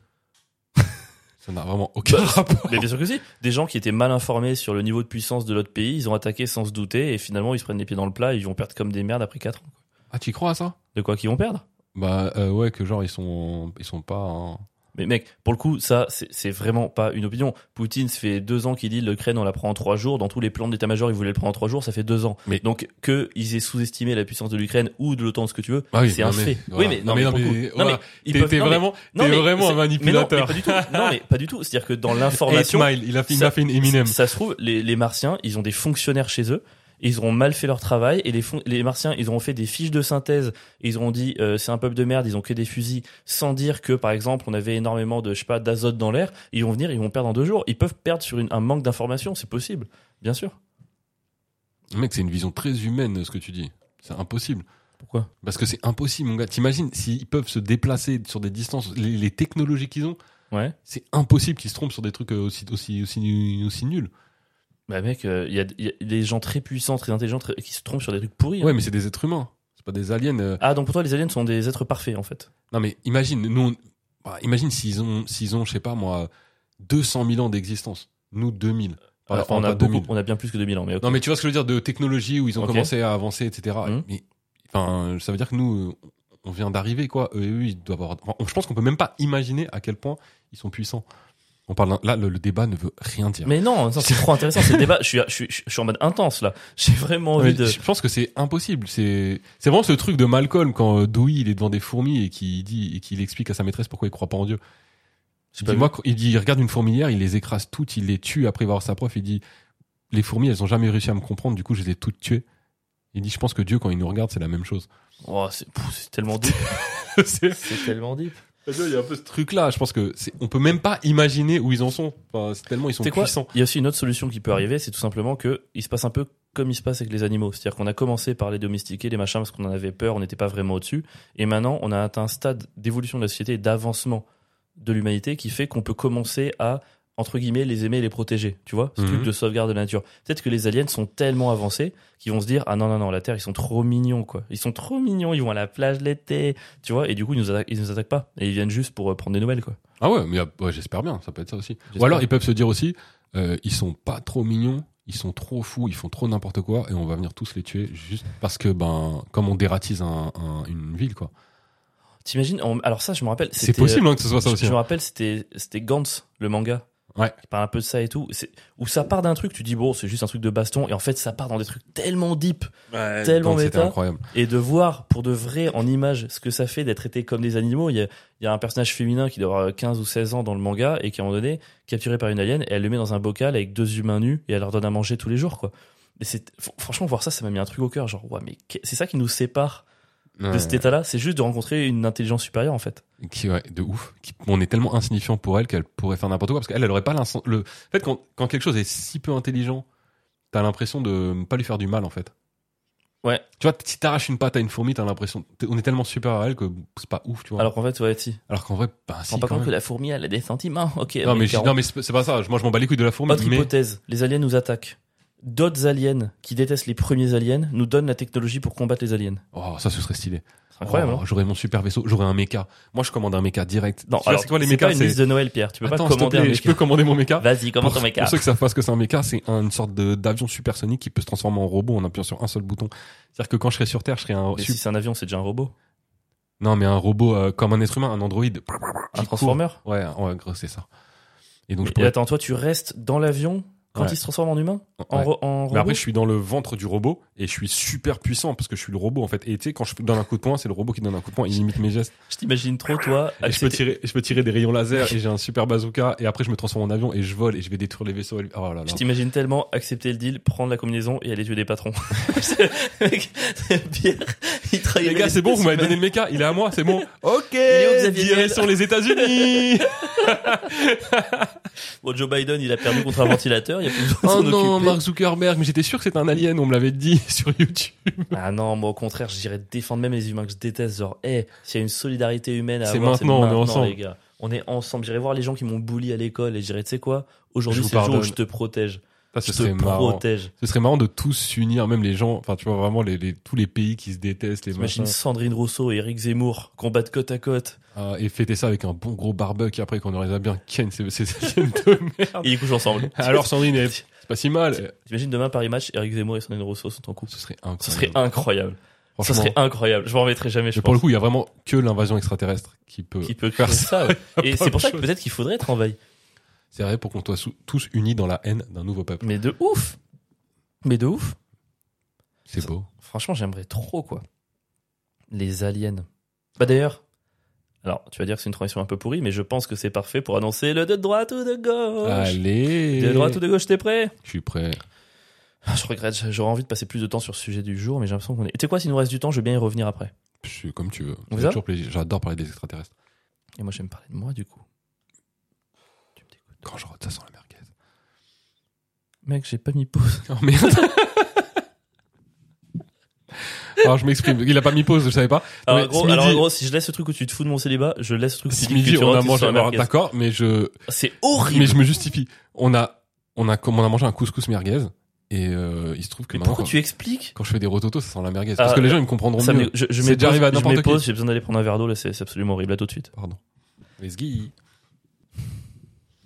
Speaker 2: Ça n'a vraiment
Speaker 1: Bah,
Speaker 2: aucun rapport.
Speaker 1: Mais bien sûr que si. Des gens qui étaient mal informés sur le niveau de puissance de l'autre pays, ils ont attaqué sans se douter et finalement ils se prennent les pieds dans le plat et ils vont perdre comme des merdes après 4 ans.
Speaker 2: Ah, tu y crois à ça
Speaker 1: De quoi qu'ils vont perdre
Speaker 2: Bah euh, ouais, que genre ils sont ils sont pas. hein.
Speaker 1: Mais mec, pour le coup, ça, c'est c'est vraiment pas une opinion. Poutine, ça fait deux ans qu'il dit l'Ukraine, on la prend en trois jours. Dans tous les plans d'état-major, ils voulaient le prendre en trois jours, ça fait deux ans.
Speaker 2: Mais-
Speaker 1: Donc, qu'ils aient sous-estimé la puissance de l'Ukraine ou de l'OTAN, ce que tu veux,
Speaker 2: Ah oui,
Speaker 1: c'est
Speaker 2: non,
Speaker 1: un
Speaker 2: mais-
Speaker 1: fait.
Speaker 2: voilà.
Speaker 1: Oui, mais
Speaker 2: Non,
Speaker 1: non,
Speaker 2: mais
Speaker 1: mais
Speaker 2: non,
Speaker 1: pour le coup.
Speaker 2: mais
Speaker 1: Non, mais
Speaker 2: voilà.
Speaker 1: ils
Speaker 2: T'es
Speaker 1: peuvent-
Speaker 2: t'es
Speaker 1: non, mais-
Speaker 2: vraiment
Speaker 1: non,
Speaker 2: t'es
Speaker 1: mais
Speaker 2: vraiment
Speaker 1: c'est-
Speaker 2: un manipulateur.
Speaker 1: Mais non, mais pas du tout. Non, mais pas du tout. C'est-à-dire que dans l'information,
Speaker 2: Eight Mile, il a fait, il
Speaker 1: ça-
Speaker 2: a fait une Eminem.
Speaker 1: ça se trouve, les, les Martiens, ils ont des fonctionnaires chez eux. Ils auront mal fait leur travail et les, fon- les Martiens, ils auront fait des fiches de synthèse. Ils auront dit euh, c'est un peuple de merde, ils ont que des fusils, sans dire que par exemple on avait énormément de je sais pas d'azote dans l'air. Ils vont venir, ils vont perdre en deux jours. Ils peuvent perdre sur une- un manque d'informations, c'est possible, bien sûr.
Speaker 2: Mec, c'est une vision très humaine ce que tu dis. C'est impossible.
Speaker 1: Pourquoi
Speaker 2: Parce que c'est impossible, mon gars. T'imagines s'ils peuvent se déplacer sur des distances, les, les technologies qu'ils ont,
Speaker 1: Ouais.
Speaker 2: c'est impossible qu'ils se trompent sur des trucs euh, aussi aussi aussi aussi nuls.
Speaker 1: Bah mec, il y, a, y a des gens très puissants, très intelligents, très- qui se trompent sur des trucs pourris. hein.
Speaker 2: Ouais, mais c'est des êtres humains. C'est pas des aliens. euh.
Speaker 1: Ah donc pour toi les aliens sont des êtres parfaits en fait.
Speaker 2: Non, mais imagine, nous, on- bah, imagine s'ils ont, s'ils ont, je sais pas moi, 200 000 ans d'existence. Nous, 2000.
Speaker 1: Alors,
Speaker 2: Ah, Enfin,
Speaker 1: Euh, on a
Speaker 2: pas
Speaker 1: beaucoup, on a bien plus que 2000 ans. Mais ok.
Speaker 2: Non, mais tu vois ce que je veux dire de technologie où ils ont
Speaker 1: Ok.
Speaker 2: commencé à avancer, etc.
Speaker 1: Mhm.
Speaker 2: Mais enfin, ça veut dire que nous, euh, on vient d'arriver, quoi. Euh, Eux, eux, ils doivent avoir. enfin, on- je pense qu'on peut même pas imaginer à quel point ils sont puissants. On parle d'un- là, le, le débat ne veut rien dire.
Speaker 1: Mais non, non, c'est trop intéressant ce débat. Je suis, je, suis, je suis en mode intense là. J'ai vraiment
Speaker 2: Mais
Speaker 1: envie de.
Speaker 2: Euh, Je pense que c'est impossible. C'est c'est vraiment ce truc de Malcolm quand euh, Dewey il est devant des fourmis et qui dit et qu'il explique à sa maîtresse pourquoi il croit pas en Dieu.
Speaker 1: J'ai
Speaker 2: Il
Speaker 1: pas
Speaker 2: dit,
Speaker 1: vu.
Speaker 2: moi, quand- il dit, il regarde une fourmilière, il les écrase toutes, il les tue après voir sa prof. Il dit, les fourmis, elles ont jamais réussi à me comprendre, du coup, je les ai toutes tuées. Il dit, je pense que Dieu, quand il nous regarde, c'est la même chose.
Speaker 1: Oh, c'est pff, c'est tellement deep.
Speaker 2: C'est-
Speaker 1: c'est tellement deep.
Speaker 2: il y a un peu ce truc-là. Je pense que c'est, on peut même pas imaginer où ils en sont. Enfin, c'est tellement ils sont
Speaker 1: C'est quoi
Speaker 2: puissants.
Speaker 1: Il y a aussi une autre solution qui peut arriver, c'est tout simplement que il se passe un peu comme il se passe avec les animaux. C'est-à-dire qu'on a commencé par les domestiquer, les machins, parce qu'on en avait peur, on n'était pas vraiment au-dessus. Et maintenant, on a atteint un stade d'évolution de la société et d'avancement de l'humanité qui fait qu'on peut commencer à entre guillemets, les aimer et les protéger, tu vois, ce
Speaker 2: Mhm.
Speaker 1: truc de sauvegarde de la nature. Peut-être que les aliens sont tellement avancés qu'ils vont se dire ah non non non la Terre ils sont trop mignons quoi, ils sont trop mignons, ils vont à la plage l'été, tu vois, et du coup ils nous attaquent, ils nous attaquent pas et ils viennent juste pour euh, prendre des nouvelles quoi.
Speaker 2: Ah ouais, mais euh, ouais, j'espère bien. Ça peut être ça aussi. Ou
Speaker 1: J'espère.
Speaker 2: alors, ils peuvent se dire aussi, euh, ils sont pas trop mignons. Ils sont trop fous, ils font trop n'importe quoi et on va venir tous les tuer juste parce que, ben, comme on dératise un- un- une ville, quoi.
Speaker 1: T'imagines on- Alors ça, je me rappelle.
Speaker 2: C'est
Speaker 1: c'était-
Speaker 2: possible hein, que ce soit ça
Speaker 1: je,
Speaker 2: aussi.
Speaker 1: je me
Speaker 2: hein.
Speaker 1: rappelle, c'était c'était Gantz, le manga.
Speaker 2: Ouais.
Speaker 1: Il parle un peu de ça et tout. C'est- Où ça part d'un truc, tu dis bon, c'est juste un truc de baston, et en fait, ça part dans des trucs tellement deep, tellement
Speaker 2: Donc, c'était
Speaker 1: méta,
Speaker 2: incroyable.
Speaker 1: et de voir pour de vrai en image ce que ça fait d'être traité comme des animaux. Il y a, il y a un personnage féminin qui doit avoir 15 ou 16 ans dans le manga et qui à un moment donné capturé par une alien et elle le met dans un bocal avec deux humains nus et elle leur donne à manger tous les jours quoi. Et c'est fr- franchement voir ça, ça m'a mis un truc au cœur. Genre ouais, mais que- c'est ça qui nous sépare de
Speaker 2: Ouais.
Speaker 1: cet état-là. C'est juste de rencontrer une intelligence supérieure en fait.
Speaker 2: qui ouais, de ouf qui, on est tellement insignifiant pour elle qu'elle pourrait faire n'importe quoi parce qu'elle elle aurait pas l'instant le en fait quand, quand quelque chose est si peu intelligent t'as l'impression de pas lui faire du mal en fait
Speaker 1: Ouais.
Speaker 2: tu vois si t'arraches une patte à une fourmi t'as l'impression t'es- on est tellement supérieur à elle que c'est pas ouf tu vois alors,
Speaker 1: Alors qu'en fait, ouais, si.
Speaker 2: qu'en vrai bah
Speaker 1: On
Speaker 2: si
Speaker 1: rend pas
Speaker 2: quand
Speaker 1: compte que
Speaker 2: même.
Speaker 1: la fourmi elle a des sentiments. Ok.
Speaker 2: non mais,
Speaker 1: bon,
Speaker 2: je-
Speaker 1: carrément.
Speaker 2: non mais c'est c'est pas ça moi je m'en bats les couilles de la fourmi
Speaker 1: Autre
Speaker 2: mais
Speaker 1: hypothèse, les aliens nous attaquent. d'autres aliens qui détestent les premiers aliens nous donnent la technologie pour combattre les aliens.
Speaker 2: Oh, ça, ce serait stylé.
Speaker 1: C'est incroyable.
Speaker 2: Oh,
Speaker 1: hein
Speaker 2: J'aurais mon super vaisseau, j'aurais un méca. Moi, je commande un méca direct.
Speaker 1: non,
Speaker 2: Tu vois,
Speaker 1: alors,
Speaker 2: c'est quoi les
Speaker 1: c'est
Speaker 2: mécas
Speaker 1: pas une liste de Noël, Pierre. Tu peux
Speaker 2: Attends,
Speaker 1: pas
Speaker 2: s'il te
Speaker 1: commander
Speaker 2: plaît,
Speaker 1: un
Speaker 2: je peux
Speaker 1: méca.
Speaker 2: commander mon méca.
Speaker 1: Vas-y, commande ton méca.
Speaker 2: Pour ceux qui savent pas ce que c'est un méca, c'est un- une sorte de- d'avion supersonique qui peut se transformer en robot en appuyant sur un seul bouton. C'est-à-dire que quand je serai sur Terre, je serai un
Speaker 1: Mais
Speaker 2: sup-
Speaker 1: si c'est un avion, c'est déjà un robot.
Speaker 2: non mais un robot euh, comme un être humain, un androïde.
Speaker 1: Un transformer.
Speaker 2: Ouais, ouais, gros, c'est ça. Et donc je
Speaker 1: Mais
Speaker 2: pourrais-
Speaker 1: attends, toi, tu restes dans l'avion quand
Speaker 2: Ouais.
Speaker 1: il se transforme en humain En,
Speaker 2: Ouais.
Speaker 1: ro- en robot
Speaker 2: Mais après, je suis dans le ventre du robot et je suis super puissant parce que je suis le robot en fait. Et tu sais, quand je donne un coup de poing, c'est le robot qui donne un coup de poing. Il imite mes gestes.
Speaker 1: Je t'imagine trop, toi.
Speaker 2: Et
Speaker 1: avec
Speaker 2: je peux
Speaker 1: tes-
Speaker 2: tirer, je peux tirer des rayons laser et j'ai un super bazooka. Et après, je me transforme en avion et je vole et je vais détruire les vaisseaux. Oh là là.
Speaker 1: Je t'imagine tellement accepter le deal, prendre la combinaison et aller tuer des patrons. C'est- c'est Pierre, il trahit
Speaker 2: Les gars, c'est bon, vous m'avez donné le méca. Il est à moi, c'est bon. Ok.
Speaker 1: est où, Xavier Niel
Speaker 2: Direction Eh, les États-Unis.
Speaker 1: Bon, Joe Biden, il a perdu contre un ventilateur, il y a plus besoin de
Speaker 2: Oh
Speaker 1: s'en
Speaker 2: non,
Speaker 1: occuper.
Speaker 2: Mark Zuckerberg, mais j'étais sûr que c'était un alien, on me l'avait dit sur YouTube.
Speaker 1: Ah non, moi au contraire, j'irais défendre même les humains que je déteste. Genre, hé, s'il y a une solidarité humaine à
Speaker 2: C'est
Speaker 1: avoir,
Speaker 2: maintenant, on est ensemble.
Speaker 1: les gars. On est ensemble. J'irai voir les gens qui m'ont bully à l'école et j'irai, tu sais quoi, aujourd'hui
Speaker 2: Je vous
Speaker 1: c'est le jour où
Speaker 2: pardonne.
Speaker 1: je te protège.
Speaker 2: Ça,
Speaker 1: Je
Speaker 2: ce
Speaker 1: te
Speaker 2: serait marrant.
Speaker 1: protège.
Speaker 2: Ce serait marrant de tous s'unir, même les gens, enfin, tu vois, vraiment, les, les- tous les pays qui se détestent, les machins.
Speaker 1: T'imagines Sandrine Rousseau et Eric Zemmour combattent côte à côte.
Speaker 2: Ah, et fêter ça avec un bon gros barbecue après qu'on aurait bien ken ces ces aliens de merde.
Speaker 1: Et ils couchent ensemble.
Speaker 2: Alors, Sandrine, elle- c'est pas si mal.
Speaker 1: T'imagines demain Paris Match, Eric Zemmour et Sandrine Rousseau sont en couple.
Speaker 2: Ce serait incroyable.
Speaker 1: Ce serait incroyable. Ça
Speaker 2: Franchement.
Speaker 1: serait incroyable. Je m'en remettrai jamais, je
Speaker 2: Mais pour le
Speaker 1: pense.
Speaker 2: coup, il y a vraiment que l'invasion extraterrestre qui peut.
Speaker 1: Qui peut
Speaker 2: faire
Speaker 1: créer ça. ouais.
Speaker 2: Pas
Speaker 1: Et c'est pour ça que
Speaker 2: autre chose.
Speaker 1: peut-être qu'il faudrait être en veille.
Speaker 2: C'est vrai pour qu'on soit sous- tous unis dans la haine d'un nouveau peuple.
Speaker 1: Mais de ouf. Mais de ouf.
Speaker 2: C'est beau.
Speaker 1: Franchement, j'aimerais trop, quoi. Les aliens. Bah d'ailleurs, alors tu vas dire que c'est une transition un peu pourrie, mais je pense que c'est parfait pour annoncer le de droite ou de gauche.
Speaker 2: Allez.
Speaker 1: De droite ou de gauche, t'es prêt
Speaker 2: Je suis prêt.
Speaker 1: Ah, Je regrette, j'aurais envie de passer plus de temps sur ce sujet du jour, mais j'ai l'impression qu'on est... Et Tu sais quoi, s'il nous reste du temps, je veux bien y revenir après.
Speaker 2: Je suis comme tu veux. Ça
Speaker 1: Vous
Speaker 2: fait
Speaker 1: ça
Speaker 2: toujours plaisir. J'adore parler des extraterrestres.
Speaker 1: Et moi, je vais me parler de moi, du coup. Tu me dégoûtes.
Speaker 2: Quand je rote, ça sent la merguez.
Speaker 1: Mec, j'ai pas mis pause.
Speaker 2: Oh merde. alors je m'exprime. Il a pas mis pause, je savais pas.
Speaker 1: Alors,
Speaker 2: Non, mais
Speaker 1: Ah, gros,
Speaker 2: ce
Speaker 1: alors,
Speaker 2: midi-
Speaker 1: gros, si je laisse le truc où tu te fous de mon célibat, je laisse le truc où tu
Speaker 2: Ce
Speaker 1: dis
Speaker 2: midi,
Speaker 1: que tu
Speaker 2: on a
Speaker 1: rentres sur
Speaker 2: mangé.
Speaker 1: la
Speaker 2: alors,
Speaker 1: merguez.
Speaker 2: D'accord, mais je,
Speaker 1: C'est
Speaker 2: mais
Speaker 1: horrible.
Speaker 2: je me justifie. On a, on a, comme on a mangé un couscous merguez et euh, il se trouve que
Speaker 1: Mais
Speaker 2: maintenant,
Speaker 1: pourquoi
Speaker 2: quand,
Speaker 1: tu expliques
Speaker 2: quand je fais des rototos, ça sent la merguez.
Speaker 1: Ah,
Speaker 2: Parce que les gens ils me comprendront
Speaker 1: Ça
Speaker 2: mieux.
Speaker 1: m'est- je, je
Speaker 2: C'est
Speaker 1: mets
Speaker 2: déjà
Speaker 1: pause,
Speaker 2: arrivé à
Speaker 1: je
Speaker 2: n'importe
Speaker 1: mets
Speaker 2: qui.
Speaker 1: pause, j'ai besoin d'aller prendre un verre d'eau, là, c'est c'est absolument horrible, là tout de suite.
Speaker 2: Pardon. Les sguilles.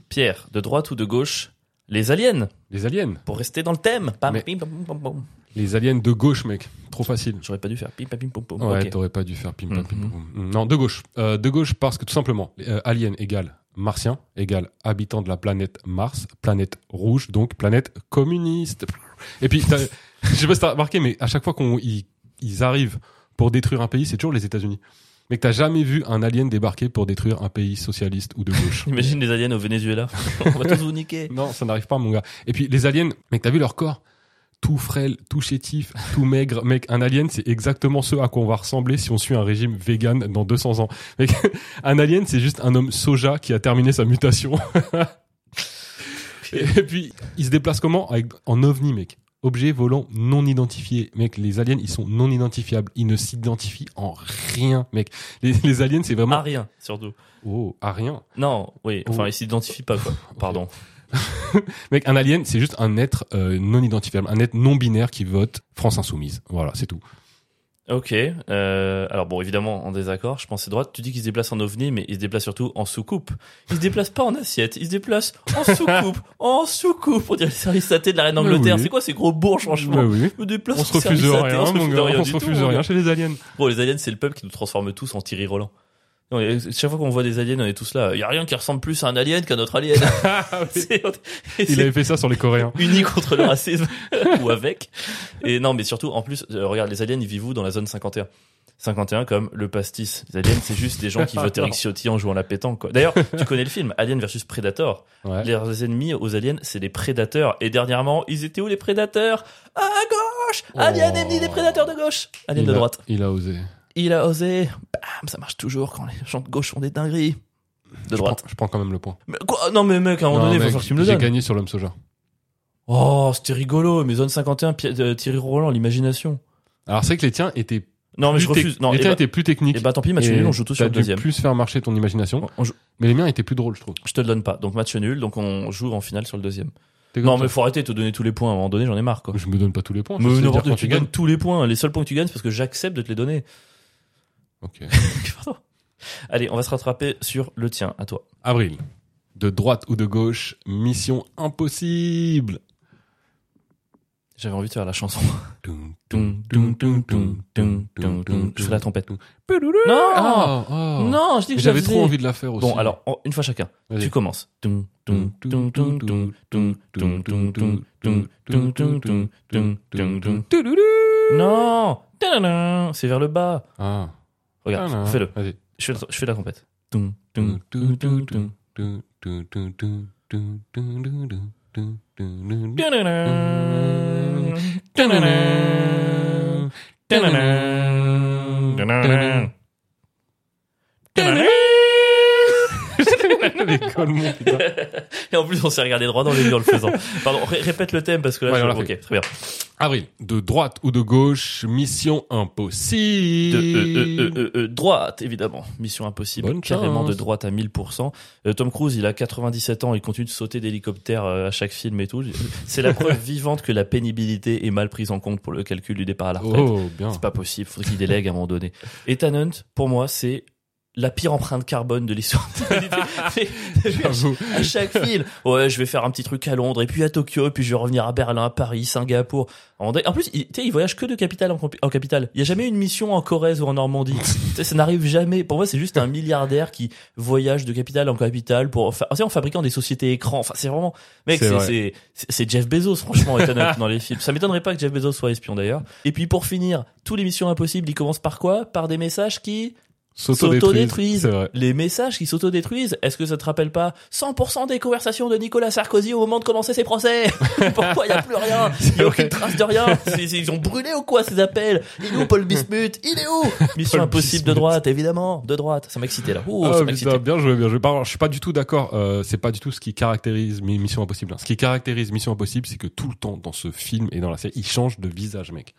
Speaker 1: Pierre, de droite ou de gauche, les aliens,
Speaker 2: Les aliens.
Speaker 1: pour rester dans le thème. Pam,
Speaker 2: Mais-
Speaker 1: pim, pam, pam, pam, pam.
Speaker 2: Les aliens de gauche, mec. Trop facile.
Speaker 1: J'aurais pas dû faire pim, pam, pim, pam, pam.
Speaker 2: Ouais,
Speaker 1: Ok.
Speaker 2: t'aurais pas dû faire pim pam pim
Speaker 1: Mhm.
Speaker 2: pam, pam. Non, de gauche. Euh, de gauche parce que tout simplement, euh, alien égale martien égale habitant de la planète Mars, planète rouge, donc planète communiste. Et puis, t'as- je sais pas si t'as remarqué, mais à chaque fois qu'on ils, ils arrivent pour détruire un pays, c'est toujours les États-Unis. Mais que t'as jamais vu un alien débarquer pour détruire un pays socialiste ou de gauche.
Speaker 1: Imagine les aliens au Venezuela. On va tous vous niquer.
Speaker 2: non, ça n'arrive pas, mon gars. Et puis, les aliens, mec, t'as vu leur corps tout frêle, tout chétif, tout maigre. Mec, un alien, c'est exactement ce à quoi on va ressembler si on suit un régime vegan dans 200 ans. Mec, un alien, c'est juste un homme soja qui a terminé sa mutation. Et puis, il se déplace comment Avec, En ovni, mec. Objet volant non identifié. Mec, les aliens, ils sont non identifiables. Ils ne s'identifient en rien, mec. Les, les aliens, c'est
Speaker 1: À
Speaker 2: vraiment...
Speaker 1: Ah, rien, surtout.
Speaker 2: Oh, à rien.
Speaker 1: Non, oui, enfin,
Speaker 2: Oh.
Speaker 1: ils s'identifient pas, quoi. Pardon.
Speaker 2: Mec, un alien, c'est juste un être euh, non identifiable, un être non binaire qui vote France Insoumise. Voilà, c'est tout.
Speaker 1: Ok. euh, alors, bon, évidemment, en désaccord, je pensais droite. Tu dis qu'ils se déplacent en ovni, mais ils se déplacent surtout en soucoupe. Ils se déplacent pas en assiette, ils se déplacent en soucoupe. en soucoupe. On dirait le service saté de la reine
Speaker 2: Mais
Speaker 1: d'Angleterre.
Speaker 2: oui.
Speaker 1: C'est quoi ces gros bourges, franchement
Speaker 2: Ouais, Bah oui.
Speaker 1: Je me déplace
Speaker 2: On se
Speaker 1: en
Speaker 2: refuse
Speaker 1: service
Speaker 2: rien,
Speaker 1: saté, on se
Speaker 2: mon
Speaker 1: refuse
Speaker 2: gars,
Speaker 1: rien
Speaker 2: on
Speaker 1: du
Speaker 2: se
Speaker 1: tout,
Speaker 2: refuse
Speaker 1: mon gars.
Speaker 2: rien chez les aliens.
Speaker 1: Bon, les aliens, c'est le peuple qui nous transforme tous en Thierry Roland. Non, mais chaque fois qu'on voit des aliens, on est tous là. Il y a rien qui ressemble plus à un alien qu'à notre alien. C'est- et
Speaker 2: Ah Il
Speaker 1: c'est
Speaker 2: avait fait ça sur les Coréens.
Speaker 1: uni contre le racisme ou avec. Et non, mais surtout, en plus, euh, regarde, les aliens, ils vivent où dans la zone 51 51 comme le pastis. Les aliens, c'est juste des gens qui votent Eric Ciotti en jouant à la pétanque. quoi. D'ailleurs, tu connais le film Alien versus Predator.
Speaker 2: Ouais.
Speaker 1: Leurs ennemis aux aliens, c'est les prédateurs. Et dernièrement, ils étaient où les prédateurs À gauche Alien
Speaker 2: Oh.
Speaker 1: ennemi des prédateurs de gauche Alien
Speaker 2: Il
Speaker 1: de
Speaker 2: a-
Speaker 1: droite
Speaker 2: Il a osé.
Speaker 1: il a osé. Bam, ça marche toujours quand les gens de gauche font des dingueries. De
Speaker 2: Je prends,
Speaker 1: droite.
Speaker 2: je prends quand même le point.
Speaker 1: Mais quoi Non, mais mec, à un moment
Speaker 2: Non,
Speaker 1: donné, il va
Speaker 2: mec,
Speaker 1: falloir que tu me le
Speaker 2: J'ai
Speaker 1: donnes.
Speaker 2: gagné sur l'homme soja.
Speaker 1: Oh, c'était rigolo. Mais Zone 51, Pi- euh, Thierry Roland, l'imagination.
Speaker 2: Alors, c'est que les tiens étaient
Speaker 1: Non, mais
Speaker 2: plus,
Speaker 1: je refuse.
Speaker 2: tec-
Speaker 1: Non,
Speaker 2: les
Speaker 1: et
Speaker 2: tiens
Speaker 1: bah,
Speaker 2: étaient plus techniques.
Speaker 1: eh bah, tant pis, match
Speaker 2: Et
Speaker 1: nul, on joue tous sur
Speaker 2: t'as
Speaker 1: le
Speaker 2: dû
Speaker 1: deuxième.
Speaker 2: plus faire marcher ton imagination.
Speaker 1: On- on joue-
Speaker 2: Mais les miens étaient plus drôles, je trouve.
Speaker 1: Je te le donne pas. Donc match nul, donc on joue en finale sur le deuxième.
Speaker 2: T'es
Speaker 1: Non,
Speaker 2: comme
Speaker 1: mais
Speaker 2: ça.
Speaker 1: faut arrêter de te donner tous les points. À un moment donné, j'en ai marre, quoi.
Speaker 2: euh, Je me donne pas tous les points.
Speaker 1: Mais
Speaker 2: je sais
Speaker 1: n'importe
Speaker 2: dire
Speaker 1: où,
Speaker 2: quand
Speaker 1: tu
Speaker 2: tu
Speaker 1: gagnes
Speaker 2: gagnes.
Speaker 1: tous les points. Les seuls points que tu gagnes, c'est parce que j'accepte de te les donner.
Speaker 2: Ok.
Speaker 1: Pardon. Allez, on va se rattraper sur le tien, à toi.
Speaker 2: Avril. De droite ou de gauche, mission impossible.
Speaker 1: J'avais envie de faire la chanson.
Speaker 2: Toum,
Speaker 1: Toum,
Speaker 2: toum,
Speaker 1: toum,
Speaker 2: toum,
Speaker 1: toum,
Speaker 2: toum,
Speaker 1: toum, toum, toum,
Speaker 2: toum, toum, toum,
Speaker 1: toum.
Speaker 2: toum.
Speaker 1: Je fais la trompette. Non
Speaker 2: Non ah, ah.
Speaker 1: Non, je dis que je la
Speaker 2: J'avais trop
Speaker 1: faisais.
Speaker 2: envie de la faire aussi.
Speaker 1: Bon, alors, en- une fois chacun.
Speaker 2: Vas-y.
Speaker 1: Tu commences. Toum, toum, toum, toum, toum, toum, toum, toum, toum, toum, toum, toum, toum, toum, toum, toum. Non Tadadam C'est vers le bas.
Speaker 2: Ah.
Speaker 1: Regarde,
Speaker 2: Ah,
Speaker 1: fais-le.
Speaker 2: Vas-y.
Speaker 1: Je fais la, je fais la trompette. Toum, toum, toum, toum, toum.
Speaker 2: Toum, toum, toum, toum, toum, toum, toum, toum, toum, toum, toum.
Speaker 1: Tadadam Tadadam
Speaker 2: Tadadam.
Speaker 1: Tadadam Tadadam Tadadam
Speaker 2: Les collements, putain.
Speaker 1: Et en plus, on s'est regardé droit dans les yeux en le faisant. Pardon, ré- répète le thème parce que là,
Speaker 2: Ouais,
Speaker 1: je...
Speaker 2: on l'a
Speaker 1: ok,
Speaker 2: fait.
Speaker 1: très bien.
Speaker 2: Avril. De droite ou de gauche, mission impossible.
Speaker 1: De, euh, euh, euh, euh, euh, droite, évidemment. Mission impossible,
Speaker 2: Bonne
Speaker 1: carrément
Speaker 2: chance.
Speaker 1: de droite à 1000%. Euh, Tom Cruise, il a 97 ans, il continue de sauter d'hélicoptère euh, à chaque film et tout. C'est la preuve vivante que la pénibilité est mal prise en compte pour le calcul du départ à la retraite.
Speaker 2: Oh, bien.
Speaker 1: C'est pas possible, faut qu'il délègue à un moment donné. Ethan Hunt, pour moi, c'est la pire empreinte carbone de l'histoire de l'humanité. Mais-
Speaker 2: J'avoue.
Speaker 1: à chaque film. Ouais, je vais faire un petit truc à Londres, et puis à Tokyo, et puis je vais revenir à Berlin, à Paris, Singapour. En en plus, il, tu sais, il voyage que de capitale en, compi- en capitale. Il y a jamais une mission en Corrèze ou en Normandie. Tu sais, ça n'arrive jamais. Pour moi, c'est juste un milliardaire qui voyage de capitale en capitale pour, fa- tu sais, en fabriquant des sociétés écrans. Enfin, c'est vraiment, mec,
Speaker 2: C'est
Speaker 1: c'est,
Speaker 2: vrai.
Speaker 1: c'est, c'est- c'est Jeff Bezos, franchement, Ethan Hunt dans les films. Ça m'étonnerait pas que Jeff Bezos soit espion d'ailleurs. Et puis, pour finir, tous les missions impossibles, ils commencent par quoi? Par des messages qui s'autodétruisent.
Speaker 2: C'est vrai.
Speaker 1: Les messages qui s'autodétruisent, est-ce que ça te rappelle pas 100% des conversations de Nicolas Sarkozy au moment de commencer ses procès Pourquoi il n'y a plus rien Il n'y a aucune
Speaker 2: vrai.
Speaker 1: trace de rien C'est- c'est- Ils ont brûlé ou quoi ces appels Il est où Paul Bismuth Il est où Mission
Speaker 2: Paul
Speaker 1: impossible de
Speaker 2: Bismuth.
Speaker 1: droite, évidemment, de droite. Ça m'excitait là. Oh,
Speaker 2: Ah,
Speaker 1: ça
Speaker 2: putain,
Speaker 1: m'excitait.
Speaker 2: bien joué, bien joué. Par contre, je suis pas du tout d'accord. euh, c'est pas du tout ce qui caractérise Mi- Mission Impossible. hein. Ce qui caractérise Mission Impossible, c'est que tout le temps dans ce film et dans la série, il change de visage, mec.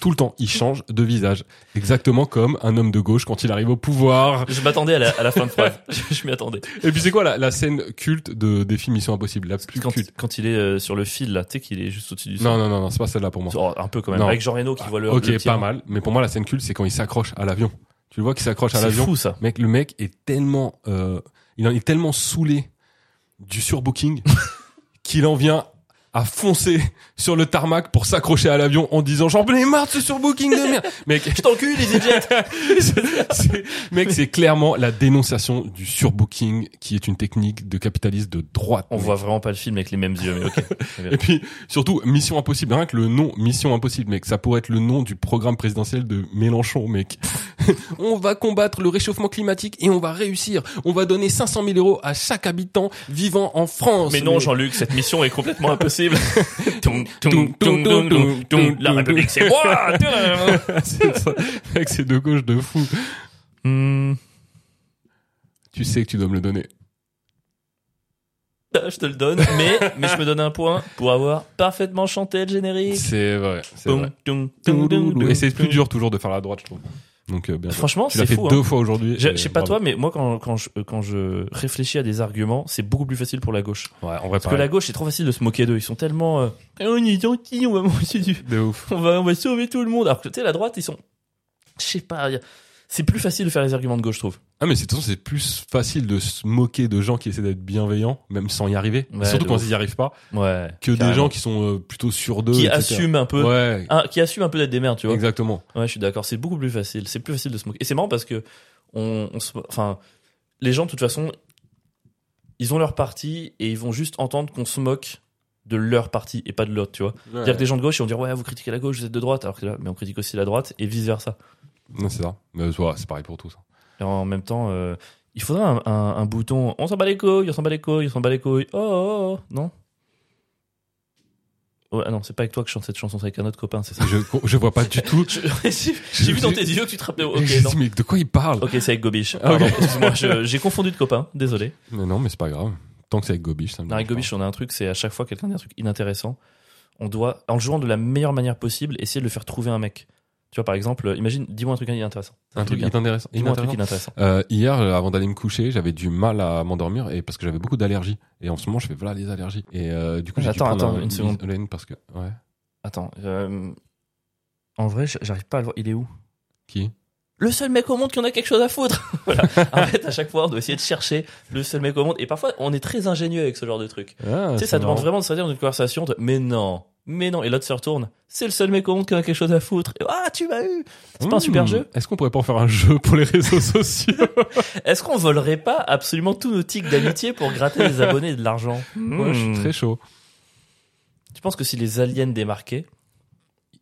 Speaker 2: Tout le temps, il change de visage. Exactement comme un homme de gauche quand il arrive au pouvoir.
Speaker 1: Je m'attendais à la, à la fin de phrase. Je, je m'y attendais.
Speaker 2: Et puis c'est quoi la, la scène culte de, des films Mission Impossible La plus
Speaker 1: Quand,
Speaker 2: culte.
Speaker 1: quand il est euh, sur le fil là, tu sais qu'il est juste au-dessus du sol.
Speaker 2: Non, non, non, non, c'est pas celle-là pour moi.
Speaker 1: Oh, un peu quand même.
Speaker 2: Non. Ah,
Speaker 1: Avec Jean Reno qui voit le.
Speaker 2: ok,
Speaker 1: le petit-
Speaker 2: pas mal. Mais pour moi, la scène culte, c'est quand il s'accroche à l'avion. Tu le vois qu'il s'accroche à
Speaker 1: C'est
Speaker 2: l'avion.
Speaker 1: fou ça.
Speaker 2: Mec, le mec est tellement, euh, il en est tellement saoulé du surbooking qu'il en vient à foncer sur le tarmac pour s'accrocher à l'avion en disant j'en ai marre de ce surbooking de merde. mec,
Speaker 1: Je t'encule, les idiots
Speaker 2: c'est- mec, c'est clairement la dénonciation du surbooking qui est une technique de capitaliste de droite.
Speaker 1: On
Speaker 2: mec.
Speaker 1: voit vraiment pas le film avec les mêmes yeux, mais ok.
Speaker 2: Et puis surtout Mission Impossible, rien que le nom Mission Impossible, mec, ça pourrait être le nom du programme présidentiel de Mélenchon, mec. on va combattre le réchauffement climatique et on va réussir. On va donner 500 000 euros à chaque habitant vivant en France.
Speaker 1: Mais non, Jean-Luc, cette mission est complètement impossible. Toum, toum,
Speaker 2: Toum,
Speaker 1: toum,
Speaker 2: toum,
Speaker 1: toum, toum,
Speaker 2: toum,
Speaker 1: toum. La
Speaker 2: toum,
Speaker 1: République, c'est moi Tadam
Speaker 2: c'est ça. mec, c'est de gauche de fou.
Speaker 1: Hmm,
Speaker 2: Tu sais que tu dois me le donner.
Speaker 1: Je te le donne, mais, mais je me donne un point pour avoir parfaitement chanté le générique.
Speaker 2: C'est vrai, c'est
Speaker 1: Toum,
Speaker 2: vrai.
Speaker 1: toum, toum, toum, toum,
Speaker 2: Et c'est plus
Speaker 1: toum.
Speaker 2: dur toujours de faire la droite, je trouve. Donc euh, bien. joué.
Speaker 1: Franchement,
Speaker 2: Tu l'as
Speaker 1: c'est
Speaker 2: fait
Speaker 1: fou. hein.
Speaker 2: deux fois aujourd'hui.
Speaker 1: Je
Speaker 2: et
Speaker 1: je sais pas
Speaker 2: bravo.
Speaker 1: toi, mais moi quand, quand, je, euh, quand je réfléchis à des arguments, c'est beaucoup plus facile pour la gauche.
Speaker 2: Ouais, en vrai,
Speaker 1: Parce que la gauche, c'est trop facile de se moquer d'eux. Ils sont tellement... euh, Eh, on est gentils, on va manger du...
Speaker 2: de ouf.
Speaker 1: on va, on va sauver tout le monde. Alors que tu sais, la droite, ils sont. Je sais pas. y a- C'est plus facile de faire les arguments de gauche, je trouve.
Speaker 2: Ah mais c'est de toute façon, c'est plus facile de se moquer de gens qui essaient d'être bienveillants même sans y arriver
Speaker 1: Ouais,
Speaker 2: surtout
Speaker 1: de
Speaker 2: quand
Speaker 1: ouf.
Speaker 2: ils n'y arrivent pas
Speaker 1: Ouais.
Speaker 2: que des gens qui sont euh, plutôt sûrs d'eux
Speaker 1: qui
Speaker 2: etc.
Speaker 1: assument un peu.
Speaker 2: ouais
Speaker 1: un- qui assument un peu d'être des merdes, tu vois.
Speaker 2: exactement
Speaker 1: Ouais, je suis d'accord. C'est beaucoup plus facile. C'est plus facile de se moquer. Et c'est marrant parce que on, on se- enfin, les gens, de toute façon, ils ont leur parti et ils vont juste entendre qu'on se moque de leur parti et pas de l'autre, tu vois. C'est-à-dire que des gens de gauche, ils vont dire ouais, vous critiquez la gauche, vous êtes de droite, alors que là, mais on critique aussi la droite et vice versa.
Speaker 2: non c'est ça mais euh, ouais, c'est pareil pour tout ça
Speaker 1: Et en même temps, euh, il faudrait un, un- un bouton on s'en bat les couilles, on s'en bat les couilles, on s'en bat les couilles. Oh, oh, oh. non Oh, ah non, c'est pas avec toi que je chante cette chanson, c'est avec un autre copain, c'est ça
Speaker 2: je je vois pas du tout
Speaker 1: Je- J'ai j'ai vu dans tes yeux que tu te rappelais. Ok,
Speaker 2: Et je
Speaker 1: non.
Speaker 2: dis, mais de quoi il parle
Speaker 1: Ok, c'est avec Gobiche.
Speaker 2: Ah, ok.
Speaker 1: Pardon, excuse-moi, je- j'ai confondu de copain, désolé.
Speaker 2: mais non mais c'est pas grave tant que c'est avec Gobiche ça me
Speaker 1: Non, avec
Speaker 2: dérange
Speaker 1: Gobiche, on a un truc, c'est à chaque fois quelqu'un dit un truc inintéressant. On doit, en le jouant de la meilleure manière possible, essayer de le faire trouver un mec. Tu vois, par exemple, imagine, dis-moi un truc intéressant.
Speaker 2: Un truc inintéressant.
Speaker 1: Dis-moi un
Speaker 2: inintéressant.
Speaker 1: truc inintéressant.
Speaker 2: Euh, hier, euh, avant d'aller me coucher, j'avais du mal à m'endormir et parce que j'avais beaucoup d'allergies. Et en ce moment, je fais voilà des allergies. Et euh, du coup, j'ai dû
Speaker 1: Attends,
Speaker 2: prendre
Speaker 1: attends,
Speaker 2: un
Speaker 1: une seconde.
Speaker 2: Isolène parce que ouais.
Speaker 1: Attends, euh, en vrai, j- j'arrive pas à le voir. Il est où
Speaker 2: Qui
Speaker 1: le seul mec au monde qui en a quelque chose à foutre. voilà. En fait, à chaque fois, on doit essayer de chercher le seul mec au monde. Et parfois, on est très ingénieux avec ce genre de truc. tu sais, ça demande vraiment de se dire dans une conversation de mais non, mais non. Et l'autre se retourne. C'est le seul mec au monde qui en a quelque chose à foutre. Et, ah, tu m'as eu. C'est pas
Speaker 2: Mmh.
Speaker 1: un super jeu
Speaker 2: Hmm. Est-ce qu'on pourrait pas en faire un jeu pour les réseaux sociaux
Speaker 1: Est-ce qu'on volerait pas absolument tous nos tics d'amitié pour gratter les abonnés et de l'argent
Speaker 2: Moi, Mmh. je suis
Speaker 1: Hmm.
Speaker 2: très chaud.
Speaker 1: Tu penses que si les aliens démarquaient,